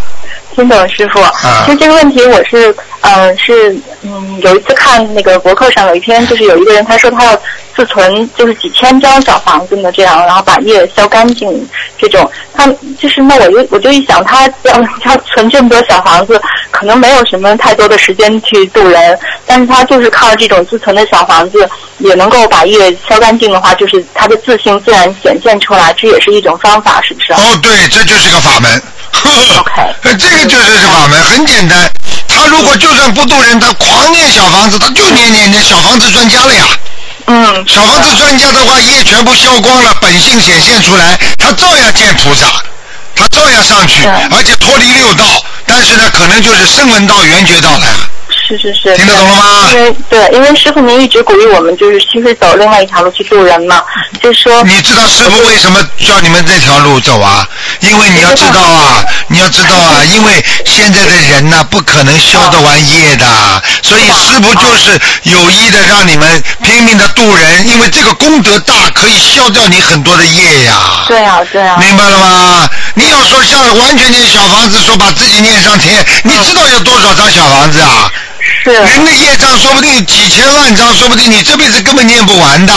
Speaker 7: 听懂师傅。
Speaker 2: 啊
Speaker 7: 就这个问题，我是呃是嗯，有一次看那个博客上有一篇，就是有一个人他说他要自存就是几千张小房子呢，这样然后把业消干净这种。他就是那我就我就一想，他要要存这么多小房子，可能没有什么太多的时间去渡人，但是他就是靠这种自存的小房子也能够把业消干净的话，就是他的自信自然显现出来，这也是一种方法，是不是啊？
Speaker 2: 哦，对，这就是个法门。呵呵
Speaker 7: OK
Speaker 2: 呃这个就是是法门，很简单。他如果就算不渡人，他狂念小房子，他就念念念小房子专家了呀。
Speaker 7: 嗯，
Speaker 2: 小房子专家的话，业全部消光了，本性显现出来，他照样见菩萨，他照样上去
Speaker 7: 对，
Speaker 2: 而且脱离六道。但是呢，可能就是声闻道、缘觉道了呀。
Speaker 7: 是是是，
Speaker 2: 听得懂了吗
Speaker 7: 因为对，因为师傅您一直鼓励我们，就是其实走另外一条路去渡人嘛，就说
Speaker 2: 嗯你知道师傅为什么叫你们这条路走啊？因为你要知道 啊，你要知道啊，因为现在的人呐、不可能消得完业的，所以师傅就是有意的让你们拼命的渡人，因为这个功德大，可以消掉你很多的业呀。
Speaker 7: 对啊对啊，
Speaker 2: 明白了吗？你要说像完全念小房子，说把自己念上天，你知道有多少张小房子啊？
Speaker 7: 嗯是
Speaker 2: 人的业障说不定几千万张，说不定你这辈子根本念不完的。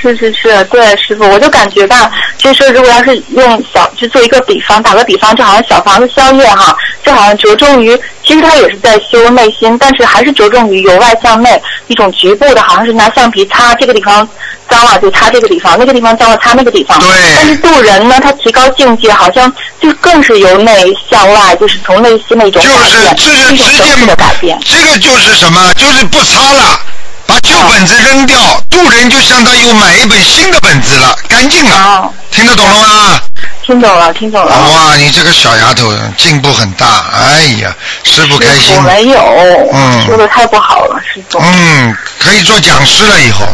Speaker 7: 是是是，对师傅，我就感觉吧，就是说如果要是用小，就做一个比方，打个比方，就好像小房子宵夜哈，就好像着重于，其实他也是在修内心，但是还是着重于由外向内一种局部的，好像是拿橡皮擦这个地方脏了就擦这个地方，那个地方脏了擦那个地方。
Speaker 2: 对
Speaker 7: 但是渡人呢，他提高境界，好像就更是由内向外，就是从内心的一种
Speaker 2: 就
Speaker 7: 改
Speaker 2: 是
Speaker 7: 变，
Speaker 2: 这是
Speaker 7: 一
Speaker 2: 直
Speaker 7: 种整体
Speaker 2: 接啊
Speaker 7: 的改 变。
Speaker 2: 这个就是什么？就是不擦了，把旧本子扔掉，渡人就相当于买一本新的本子了，干净了。
Speaker 7: 哦，
Speaker 2: 听得懂了吗？
Speaker 7: 听懂了，听懂了。
Speaker 2: 哇，你这个小丫头进步很大，哎呀，师傅开心
Speaker 7: 我。没有，
Speaker 2: 嗯
Speaker 7: 说的太不好了，师傅。
Speaker 2: 嗯，可以做讲师了以后。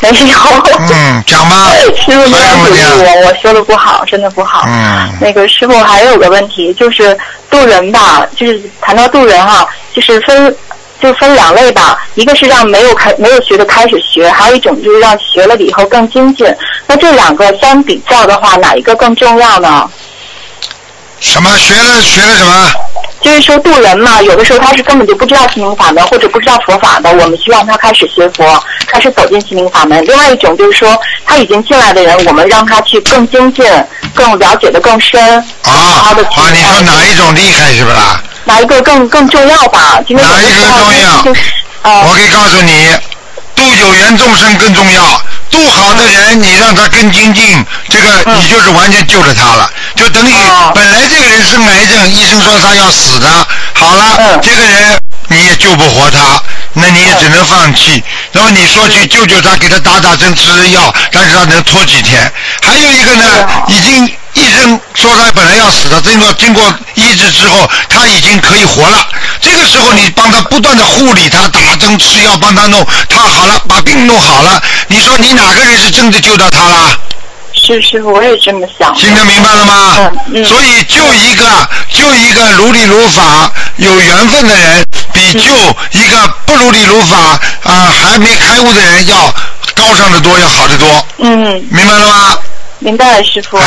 Speaker 7: 没有。
Speaker 2: 嗯，讲吧。
Speaker 7: 师傅没有鼓励我，我说的不好，真的不好。
Speaker 2: 嗯
Speaker 7: 那个师傅还有个问题，就是渡人吧，就是谈到渡人哈、就是分。就分两类吧，一个是让没有开没有学的开始学，还有一种就是让学了以后更精进。那这两个相比较的话，哪一个更重要呢？
Speaker 2: 什么学了学了什么？
Speaker 7: 就是说渡人嘛，有的时候他是根本就不知道心灵法门或者不知道佛法的，我们去让他开始学佛，开始走进心灵法门。另外一种就是说他已经进来的人，我们让他去更精进、更了解的更深，
Speaker 2: 啊
Speaker 7: 好的
Speaker 2: 啊！你说哪一种厉害是不啦？
Speaker 7: 哪一个更更重要吧？今天
Speaker 2: 哪一个重要
Speaker 7: 就是呃
Speaker 2: 我可以告诉你，度有缘众生更重要。度好的人，你让他更精进，这个
Speaker 7: 嗯
Speaker 2: 你就是完全救了他了。就等于
Speaker 7: 哦
Speaker 2: 本来这个人生癌症，医生说他要死的，好了
Speaker 7: 嗯，
Speaker 2: 这个人你也救不活他，那你也只能放
Speaker 7: 嗯
Speaker 2: 弃。那么你说去救救他，给他打打针、吃吃药，但是他能拖几天。还有一个呢
Speaker 7: 对啊，
Speaker 2: 已经医生说他本来要死的，经过经过医治之后，他已经可以活了。这个时候你帮他不断的护理他，打针吃药帮他弄，他好了，把病弄好了，你说你哪个人是真的救到他了？
Speaker 7: 是师傅，我也这么想。
Speaker 2: 听得明白了吗？
Speaker 7: 嗯嗯
Speaker 2: 所以救一个救一个如理如法有缘分的人，比救一个不如理如法啊、还没开悟的人要高尚的多，要好得多，
Speaker 7: 嗯，
Speaker 2: 明白了吗？
Speaker 7: 明白了，师傅。
Speaker 2: 啊，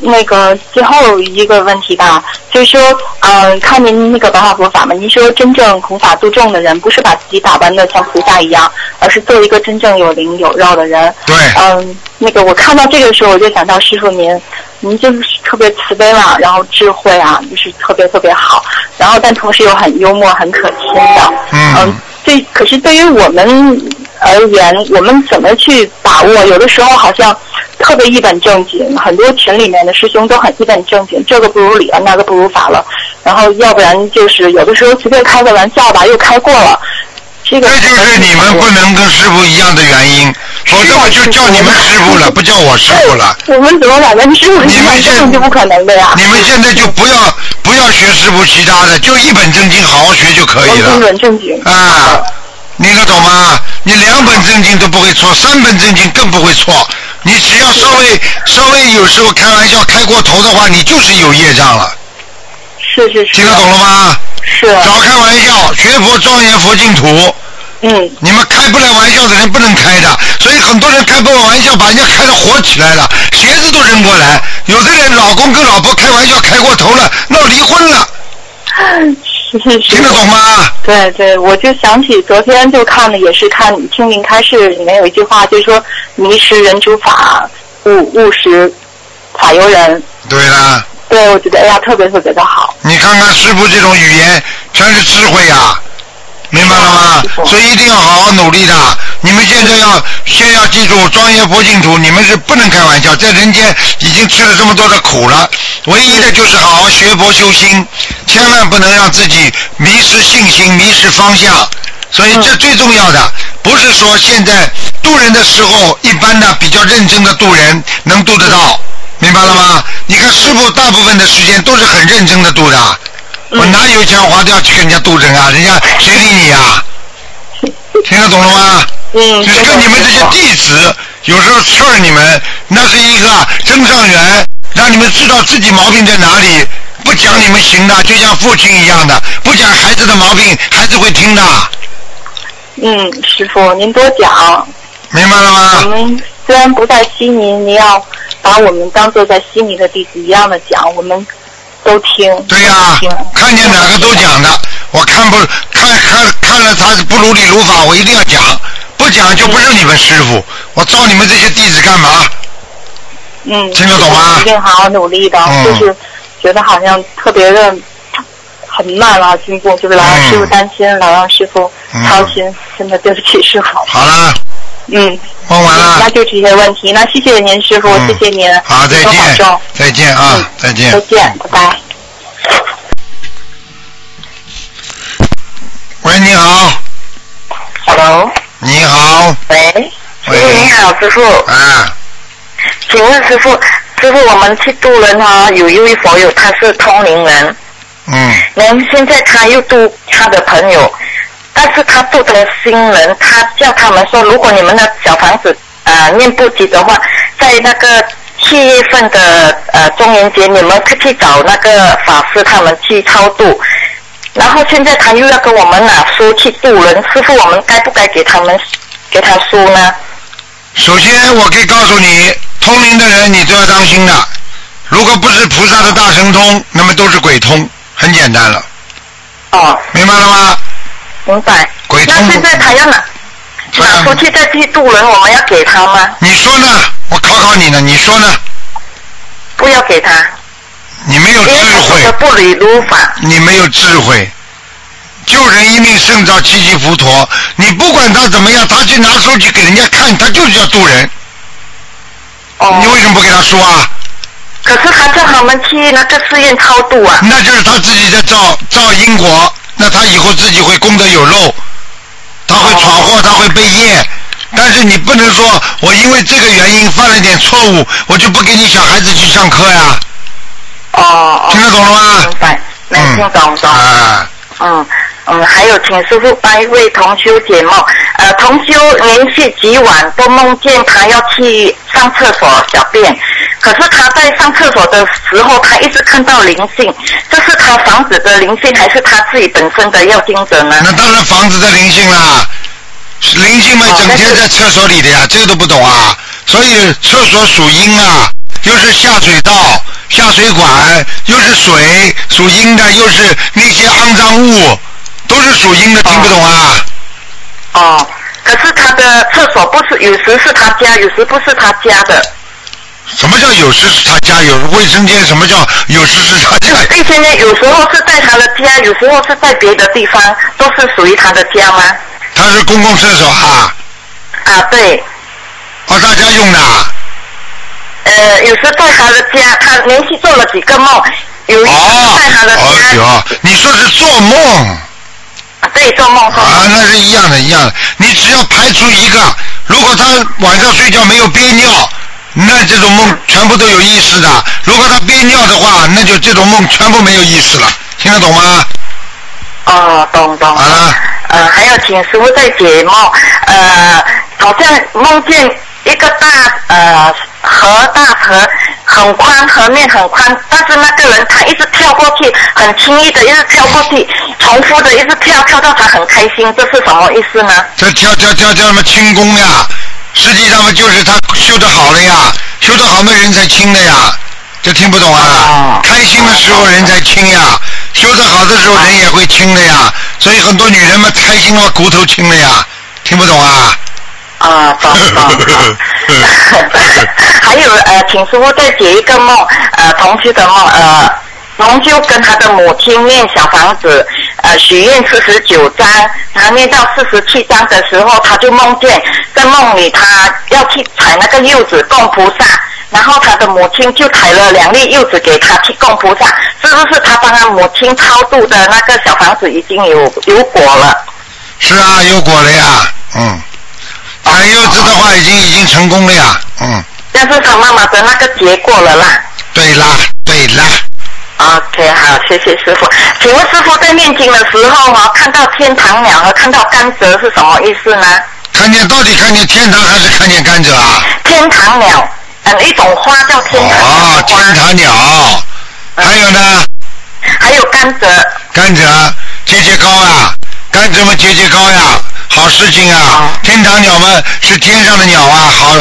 Speaker 7: 那个最后一个问题吧，就是说，嗯、看您那个白话佛法嘛，您说真正弘法度众的人，不是把自己打扮的像菩萨一样，而是做一个真正有灵有肉的人。
Speaker 2: 对，
Speaker 7: 嗯，那个我看到这个时候，我就想到师傅您，您就是特别慈悲嘛，然后智慧啊，就是特别特别好，然后但同时又很幽默、很可亲的。
Speaker 2: 嗯
Speaker 7: 嗯，对，可是对于我们而言，我们怎么去把握？有的时候好像特别一本正经，很多群里面的师兄都很一本正经，这个不如理了，那个不如法了，然后要不然就是有的时候随便开个玩笑吧，又开过了。这个
Speaker 2: 这就是你们不能跟师傅一样的原因，否则我就叫你们师傅了，不叫我师傅了。
Speaker 7: 我们怎么敢跟师傅
Speaker 2: 你
Speaker 7: 一
Speaker 2: 们
Speaker 7: 样？
Speaker 2: 现
Speaker 7: 根本就不可能的呀！
Speaker 2: 你们现在就不要不要学师傅其他的，就一本正经好好学就可
Speaker 7: 我
Speaker 2: 以
Speaker 7: 们一
Speaker 2: 了
Speaker 7: 本正经。
Speaker 2: 啊。你能懂吗？你两本正经都不会错，三本正经更不会错。你只要稍微稍微有时候开玩笑开过头的话，你就是有业障了。
Speaker 7: 是是是
Speaker 2: 听得懂了吗？
Speaker 7: 是，
Speaker 2: 少开玩笑，学佛庄严佛净土。
Speaker 7: 嗯，
Speaker 2: 你们开不了玩笑的人不能开的，所以很多人开不了玩笑，把人家开的火起来了，鞋子都扔过来。有的人老公跟老婆开玩笑开过头了，闹离婚了，
Speaker 7: 是是是
Speaker 2: 听得。懂吗？
Speaker 7: 对对，我就想起昨天就看的，也是看听您开示里面有一句话，就是说迷失人主法，悟悟识法由人。
Speaker 2: 对了，
Speaker 7: 对，我觉得哎呀，特别特别的好。
Speaker 2: 你看看师傅这种语言全是智慧呀、啊明白了吗
Speaker 7: 是啊师？父
Speaker 2: 所以一定要好好努力的。你们现在要先要记住庄严佛净土，你们是不能开玩笑，在人间已经吃了这么多的苦了，唯一的就是好好学佛修心，千万不能让自己迷失信心、迷失方向。所以
Speaker 7: 嗯
Speaker 2: 这最重要的，不是说现在渡人的时候，一般的比较认真的渡人能渡得到，明白了
Speaker 7: 嗯
Speaker 2: 吗？你看师傅大部分的时间都是很认真的渡的，我哪有钱花掉去跟人家斗争啊？人家谁理你啊？听得懂了吗？
Speaker 7: 嗯
Speaker 2: 就是跟你们这些弟子，有时候劝你们，那是一个增上缘，让你们知道自己毛病在哪里，不讲你们行的，就像父亲一样的，不讲孩子的毛病，孩子会听的，
Speaker 7: 嗯，师傅您多讲，
Speaker 2: 明白了
Speaker 7: 我
Speaker 2: 吗？
Speaker 7: 们虽然不在悉尼，您要把我们当做在悉尼的弟子一样的讲，我们都听。
Speaker 2: 对呀、
Speaker 7: 都听
Speaker 2: 看见哪个都。讲的，我看不看看看了他不如理如法，我一定要讲，不讲就不是你们师傅，我招你们这些弟子干嘛？
Speaker 7: 嗯，
Speaker 2: 听得懂吗
Speaker 7: 一定好好努力的，
Speaker 2: 嗯
Speaker 7: 就是觉得好像特别的很慢了，进步
Speaker 2: 嗯
Speaker 7: 就是老让师傅担心，老让师傅操心，真的对不起师傅。
Speaker 2: 好了，
Speaker 7: 嗯，
Speaker 2: 问完了。
Speaker 7: 那就这些问题，那谢谢您师傅，
Speaker 2: 嗯
Speaker 7: 谢谢您，
Speaker 2: 好，再
Speaker 7: 多保
Speaker 2: 见
Speaker 7: 重，，
Speaker 2: 再见啊，
Speaker 7: 嗯
Speaker 2: 再见。
Speaker 7: 再见，拜拜。
Speaker 2: 喂，你好，
Speaker 4: Hello，
Speaker 2: 你好，
Speaker 4: 喂，哎
Speaker 2: 喂，
Speaker 4: 你好，师傅，
Speaker 2: 啊，
Speaker 4: 请问师傅，师傅，我们去渡人哈、有一位佛友，他是通灵人，
Speaker 2: 嗯，
Speaker 4: 人现在他又渡他的朋友，但是他渡的新人，他叫他们说，如果你们的小房子呃念不及的话，在那个七月份的呃中元节，你们可以去找那个法师他们去超度。然后现在他又要跟我们拿书去渡人，师傅，我们该不该给他们给他书呢？
Speaker 2: 首先我可以告诉你，通灵的人你都要当心的，如果不是菩萨的大神通，那么都是鬼通，很简单了，
Speaker 4: 哦，
Speaker 2: 明白了吗？
Speaker 4: 明白。
Speaker 2: 鬼通
Speaker 4: 那
Speaker 2: 不
Speaker 4: 现在他要拿
Speaker 2: 这
Speaker 4: 拿
Speaker 2: 样
Speaker 4: 出去再去渡人，我们要给他吗？
Speaker 2: 你说呢？我考考你呢，你说呢？
Speaker 4: 不要给他，
Speaker 2: 你没有
Speaker 4: 因为
Speaker 2: 智
Speaker 4: 他
Speaker 2: 慧
Speaker 4: 说的，不理如法。
Speaker 2: 你没有智慧。救人一命胜造七级浮屠，你不管他怎么样，他去拿书去给人家看，他就是要渡人。
Speaker 4: 哦。
Speaker 2: 你为什么不给他说啊？
Speaker 4: 可是他叫他们去那个寺院超度啊。
Speaker 2: 那就是他自己在造造因果，那他以后自己会功德有漏，他会闯祸，他会被业。但是你不能说我因为这个原因犯了点错误，我就不给你小孩子去上课呀，
Speaker 4: 哦哦。
Speaker 2: 听得懂了吗
Speaker 4: 明白，能
Speaker 2: 嗯
Speaker 4: 听懂懂。
Speaker 2: 啊，
Speaker 4: 嗯嗯，还有，请师傅帮一位同修解梦。呃，同修连续几晚都梦见他要去上厕所小便，可是他在上厕所的时候，他一直看到灵性，这是他房子的灵性，还是他自己本身的要精者呢？
Speaker 2: 那当然房子的灵性啦，灵性们
Speaker 4: 哦
Speaker 2: 整
Speaker 4: 但
Speaker 2: 天
Speaker 4: 是
Speaker 2: 在厕所里的呀，这个都不懂啊。所以厕所属阴啊，又是下水道、下水管，又是水属阴的，又是那些肮脏物，都是属阴的，听不懂啊？
Speaker 4: 哦，可是他的厕所不是，有时是他家，有时不是他家的。
Speaker 2: 什么叫有时是他家有卫生间？什么叫有时是他 家？
Speaker 4: 卫生间有时候是在他的家，有时候是在别的地方，都是属于他的家吗？
Speaker 2: 他是公共厕所 啊，
Speaker 4: 啊，对，
Speaker 2: 哦，大家用的啊。
Speaker 4: 呃，有时在他的家，他连续做了几个梦，有一次
Speaker 2: 哦
Speaker 4: 在他的，家，
Speaker 2: 哎呦，你说是做梦
Speaker 4: 啊对，做梦做梦
Speaker 2: 啊，那是一样的，一样的。你只要排除一个，如果他晚上睡觉没有憋尿，那这种梦全部都有意识的；如果他憋尿的话，那就这种梦全部没有意识了。听得懂吗？
Speaker 4: 哦，懂懂。
Speaker 2: 啊
Speaker 4: 呃，还有请师傅再解梦，呃，好像梦见一个大呃河大河很宽，河面很宽，但是那个人他一直跳过去，很轻易的一直跳过去，重复的一直跳跳到他很开心，这是什么意思呢？
Speaker 2: 这叫叫叫叫什么轻功呀？实际上嘛，就是他修得好了呀，修得好嘛，人才轻的呀。这听不懂啊
Speaker 10: 哦？
Speaker 2: 开心的时候人才轻呀，修得好的时候人也会轻的呀。所以很多女人嘛，开心了嘛骨头轻了呀，听不懂啊？
Speaker 4: 啊，懂懂。懂还有呃，请师傅再解一个梦，呃，同修的梦，呃，同修跟他的母亲念小房子，呃，许愿四十九章，他念到四十七章的时候，他就梦见在梦里他要去采那个柚子供菩萨。然后他的母亲就采了两粒柚子给他去供菩萨，是不是他帮他母亲超度的那个小房子已经有有果了？
Speaker 2: 是啊，有果了呀，嗯。采柚子的话，已经已经成功了呀，嗯，
Speaker 4: 但是他妈妈的那个结过了啦。
Speaker 2: 对啦，对啦，
Speaker 4: OK，好，谢谢师傅。请问师傅在念经的时候哈、看到天堂鸟和看到甘蔗是什么意思呢？
Speaker 2: 看见到底看见天堂还是看见甘蔗啊？
Speaker 4: 天堂鸟，嗯，一种花叫天堂鸟
Speaker 2: 哦，
Speaker 4: 花，嗯
Speaker 2: 天堂鸟，还有呢，
Speaker 4: 还有甘蔗。
Speaker 2: 甘蔗节节高啊，甘蔗嘛节节高呀、好事情啊
Speaker 4: 哦。
Speaker 2: 天堂鸟嘛是天上的鸟啊，好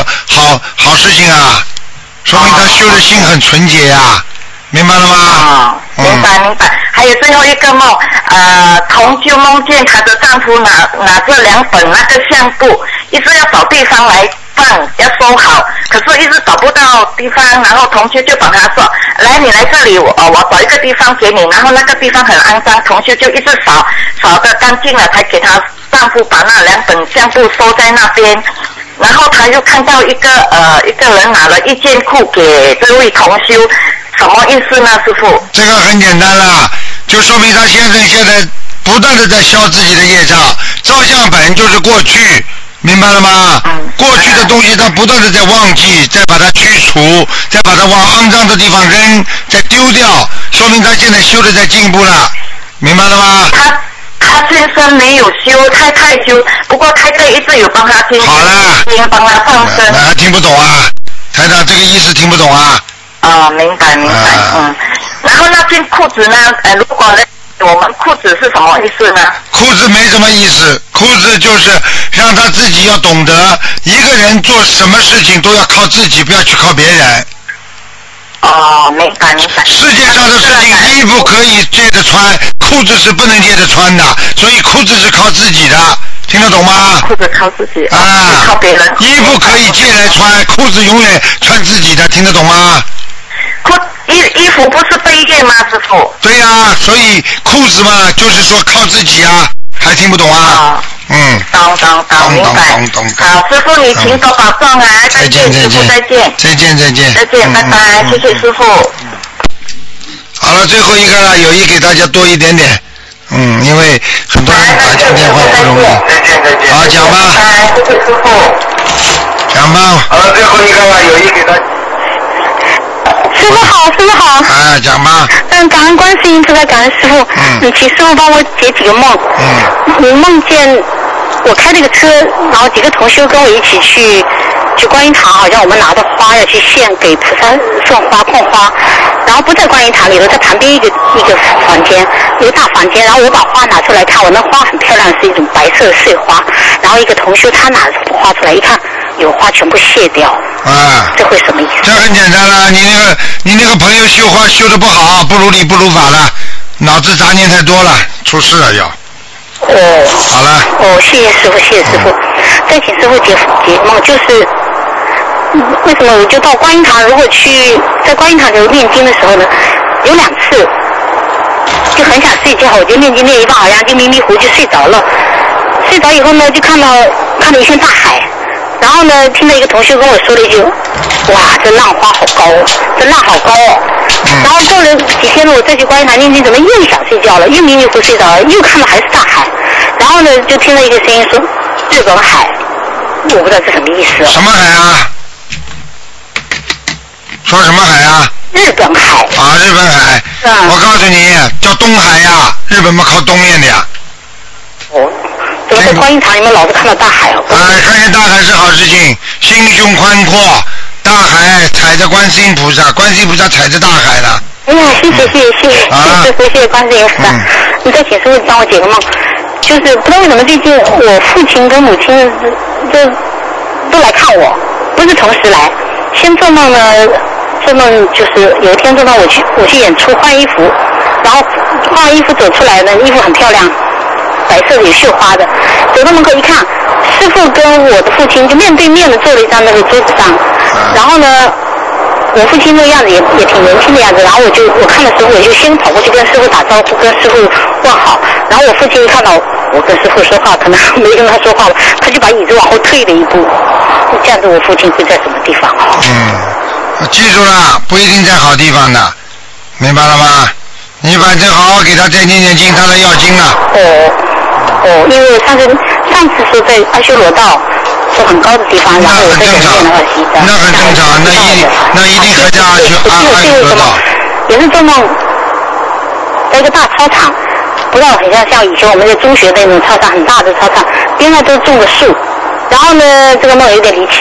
Speaker 2: 好好事情啊，说明他
Speaker 4: 哦
Speaker 2: 修的心很纯洁呀、明白了吗？
Speaker 4: 啊、
Speaker 2: 嗯
Speaker 4: 明白明白。还有最后一个梦，呃，同修梦见她的丈夫拿拿着两本那个相簿，一直要找地方来放，要收好，可是一直找不到地方，然后同修就把他说，来你来这里，我呃我找一个地方给你，然后那个地方很肮脏，同修就一直扫扫的干净了，才给她丈夫把那两本相簿收在那边。然后他又看到一个呃一个人拿了一件裤给这位同修，什么意思呢，师傅？
Speaker 2: 这个很简单啦，就说明他先生现在不断的在消自己的业障，照相本就是过去。明白了吗
Speaker 4: 嗯？
Speaker 2: 过去的东西他不断的在忘记，再把它驱除，再把它往肮脏的地方扔，再丢掉，说明他现在修的在进步了，明白了吗？
Speaker 4: 他他先生没有修，太太修，不过太太一直有帮他听，
Speaker 2: 好啦
Speaker 4: 听帮他放生。
Speaker 2: 那还听不懂啊？台长这个意思听不懂啊？
Speaker 4: 啊、明白明白，
Speaker 2: 啊
Speaker 4: 嗯。然后那件裤子呢？呃，如果呢，我们裤子是什么意思呢？
Speaker 2: 裤子没什么意思，裤子就是让他自己要懂得，一个人做什么事情都要靠自己，不要去靠别人。
Speaker 4: 哦，明白明白。
Speaker 2: 世界上的事
Speaker 4: 那
Speaker 2: 情，衣服可以借着穿，裤子是不能借着穿的，所以裤子是靠自己的，听得懂吗？
Speaker 4: 裤子靠自己，
Speaker 2: 啊
Speaker 4: 不靠别人。
Speaker 2: 衣服可以借来穿，裤子永远穿自己的，听得懂吗？
Speaker 4: 裤衣衣服不是背业吗，师傅？
Speaker 2: 对呀、所以裤子嘛，就是说靠自己啊，还听不懂啊
Speaker 4: 啊？
Speaker 2: 嗯，
Speaker 4: 当当当，明白
Speaker 2: 懂懂懂。懂
Speaker 4: 好，师傅你请多保重啊！
Speaker 2: 再见
Speaker 4: 见，
Speaker 2: 再
Speaker 4: 师傅
Speaker 2: 见，
Speaker 4: 再见，
Speaker 2: 再见再见，
Speaker 4: 再见，
Speaker 2: 嗯
Speaker 4: 拜拜，
Speaker 2: 嗯
Speaker 4: 谢谢
Speaker 2: 嗯
Speaker 4: 师傅。
Speaker 2: 好了，最后一个了，有意给大家多一点点，嗯，因为很多人打进电话不容易，
Speaker 11: 再见再见。
Speaker 2: 好讲吧，
Speaker 4: 拜，谢谢师傅。
Speaker 2: 讲吧，
Speaker 11: 好了，最后一个了，有意给他。
Speaker 12: 师傅好，师傅好，
Speaker 2: 啊，讲吧，
Speaker 12: 嗯，感恩观世音菩萨，感恩师傅。
Speaker 2: 嗯
Speaker 12: 你请师傅帮我解几个梦。
Speaker 2: 嗯。
Speaker 12: 我梦见我开这个车，然后几个同学跟我一起去去观音堂，好像我们拿着花要去献给菩萨送花供花。然后不在观音堂里头，在旁边一个一个房间，一个大房间。然后我把花拿出来看，我那花很漂亮，是一种白色的碎花。然后一个同修他拿花出来一看，有花全部卸掉，
Speaker 2: 啊，
Speaker 12: 这会什么意思？
Speaker 2: 这很简单了。你那个你那个朋友修花修的不好，不如理不如法了，脑子杂念太多了，出事了要。
Speaker 12: 哦
Speaker 2: 好了，嗯
Speaker 12: 哦，谢谢师傅，谢谢师傅。再请师傅解解梦，就是嗯为什么我就到观音堂，如果去在观音堂里念经的时候呢，有两次就很想睡觉，我就念经念一半，好像就迷迷糊就睡着了。睡着以后呢，就看到看到一片大海，然后呢，听到一个同学跟我说了一句：“哇，这浪花好高哦，这浪好高哦。”
Speaker 2: 嗯
Speaker 12: 然后过了几天呢，我再去观音堂念经，怎么又想睡觉了，又迷迷糊睡着了，又看到还是大海。然后呢，就听到一个声音说：“日本海。”我不知道是什么意思、
Speaker 2: 什
Speaker 12: 哦。
Speaker 2: 么海啊？说什么海啊？
Speaker 12: 日本海。
Speaker 2: 啊，日本海。
Speaker 12: 是啊
Speaker 2: 我告诉你，叫东海呀、日本嘛靠东面的呀。
Speaker 12: 哦。怎么在观音堂里面老是看到大海哦？
Speaker 2: 啊，看见大海是好事情，心胸宽阔，大海踩着观世音菩萨，观世音菩萨踩着大海了。
Speaker 12: 哎呀，谢谢谢谢谢谢谢
Speaker 2: 啊
Speaker 12: 谢师傅，谢谢观世音菩萨
Speaker 2: 嗯。
Speaker 12: 你再请师傅帮我解个梦，就是不知道为什么最近我父亲跟母亲都都来看我，不是同时来。先做梦呢，做梦就是有一天做梦我去我去演出换衣服，然后换完衣服走出来呢，衣服很漂亮，白色的有绣花的。走到门口一看，师傅跟我的父亲就面对面的坐了一张那个桌子
Speaker 2: 啊
Speaker 12: 上，然后呢，我父亲那个样子也也挺年轻的样子，然后我就我看到师傅，我就先跑过去跟师傅打招呼，跟师傅问好。然后我父亲一看到我跟师傅说话，可能没跟他说话了，他就把椅子往后退了一步。这样子，我父亲会在什么地方啊？
Speaker 2: 嗯，记住了，不一定在好地方的，明白了吗？你反正好好给他再念念经，他来要经了。
Speaker 12: 哦哦，因为上次上次说在阿修罗道是很高的地方，
Speaker 2: 那
Speaker 12: 然后我
Speaker 2: 很
Speaker 12: 在
Speaker 2: 正
Speaker 12: 这
Speaker 2: 常
Speaker 12: 念了二十一，章，
Speaker 2: 那很正常，那一那一定还在阿
Speaker 12: 啊
Speaker 2: 修阿阿修罗道。
Speaker 12: 也是做梦，在一个大操场，不知道很像像以前我们在中学那种操场，很大的操场，边上都种着树。然后呢，这个梦有点离奇，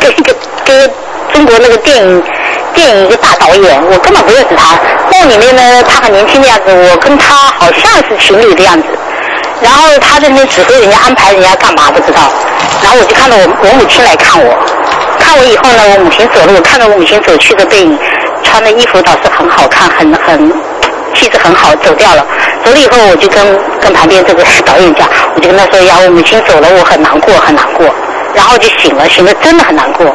Speaker 12: 跟一个跟一个中国那个电影电影一个大导演，我根本不认识他。梦里面呢，他很年轻的样子，我跟他好像是情侣的样子。然后他在那边指挥人家安排人家干嘛不知道，然后我就看到我我母亲来看我，看我以后呢，我母亲走了，我看到我母亲走去的背影，穿的衣服倒是很好看，很很气质很好，走掉了。走了以后，我就跟跟旁边这个导演讲，我就跟他说呀，我母亲走了，我很难过，很难过。然后就醒了，醒了真的很难过，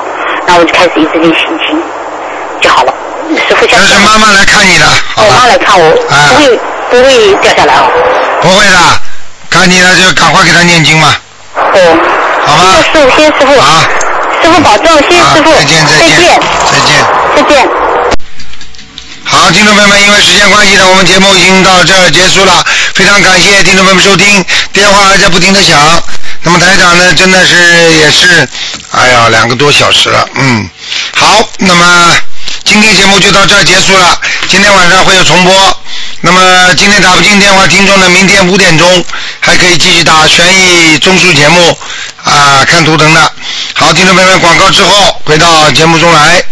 Speaker 12: 然后我就开始一直练心经，就好了。师傅下
Speaker 2: 这
Speaker 12: 次
Speaker 2: 是妈妈来看你的，好
Speaker 12: 我妈
Speaker 2: 吧
Speaker 12: 来？看我，
Speaker 2: 啊
Speaker 12: 不会不会掉下来哦。
Speaker 2: 不会的，看你的就赶快给他念经嘛，
Speaker 12: 哦。
Speaker 2: 好吗？
Speaker 12: 谢谢师傅，谢谢师傅。
Speaker 2: 好，
Speaker 12: 师傅保重，谢谢
Speaker 2: 好
Speaker 12: 师，傅。
Speaker 2: 再见，再
Speaker 12: 再
Speaker 2: 见
Speaker 12: 见，，
Speaker 2: 再见。
Speaker 12: 再见。
Speaker 2: 好，听众朋友们，因为时间关系呢，我们节目已经到这儿结束了。非常感谢听众朋友们收听，电话还在不停的响。那么台长呢，真的是也是，哎呀，两个多小时了，嗯。好，那么今天节目就到这儿结束了。今天晚上会有重播。那么今天打不进电话，听众呢，明天五点钟还可以继续打悬疑综述节目啊，看图腾的。好，听众朋友们，广告之后回到节目中来。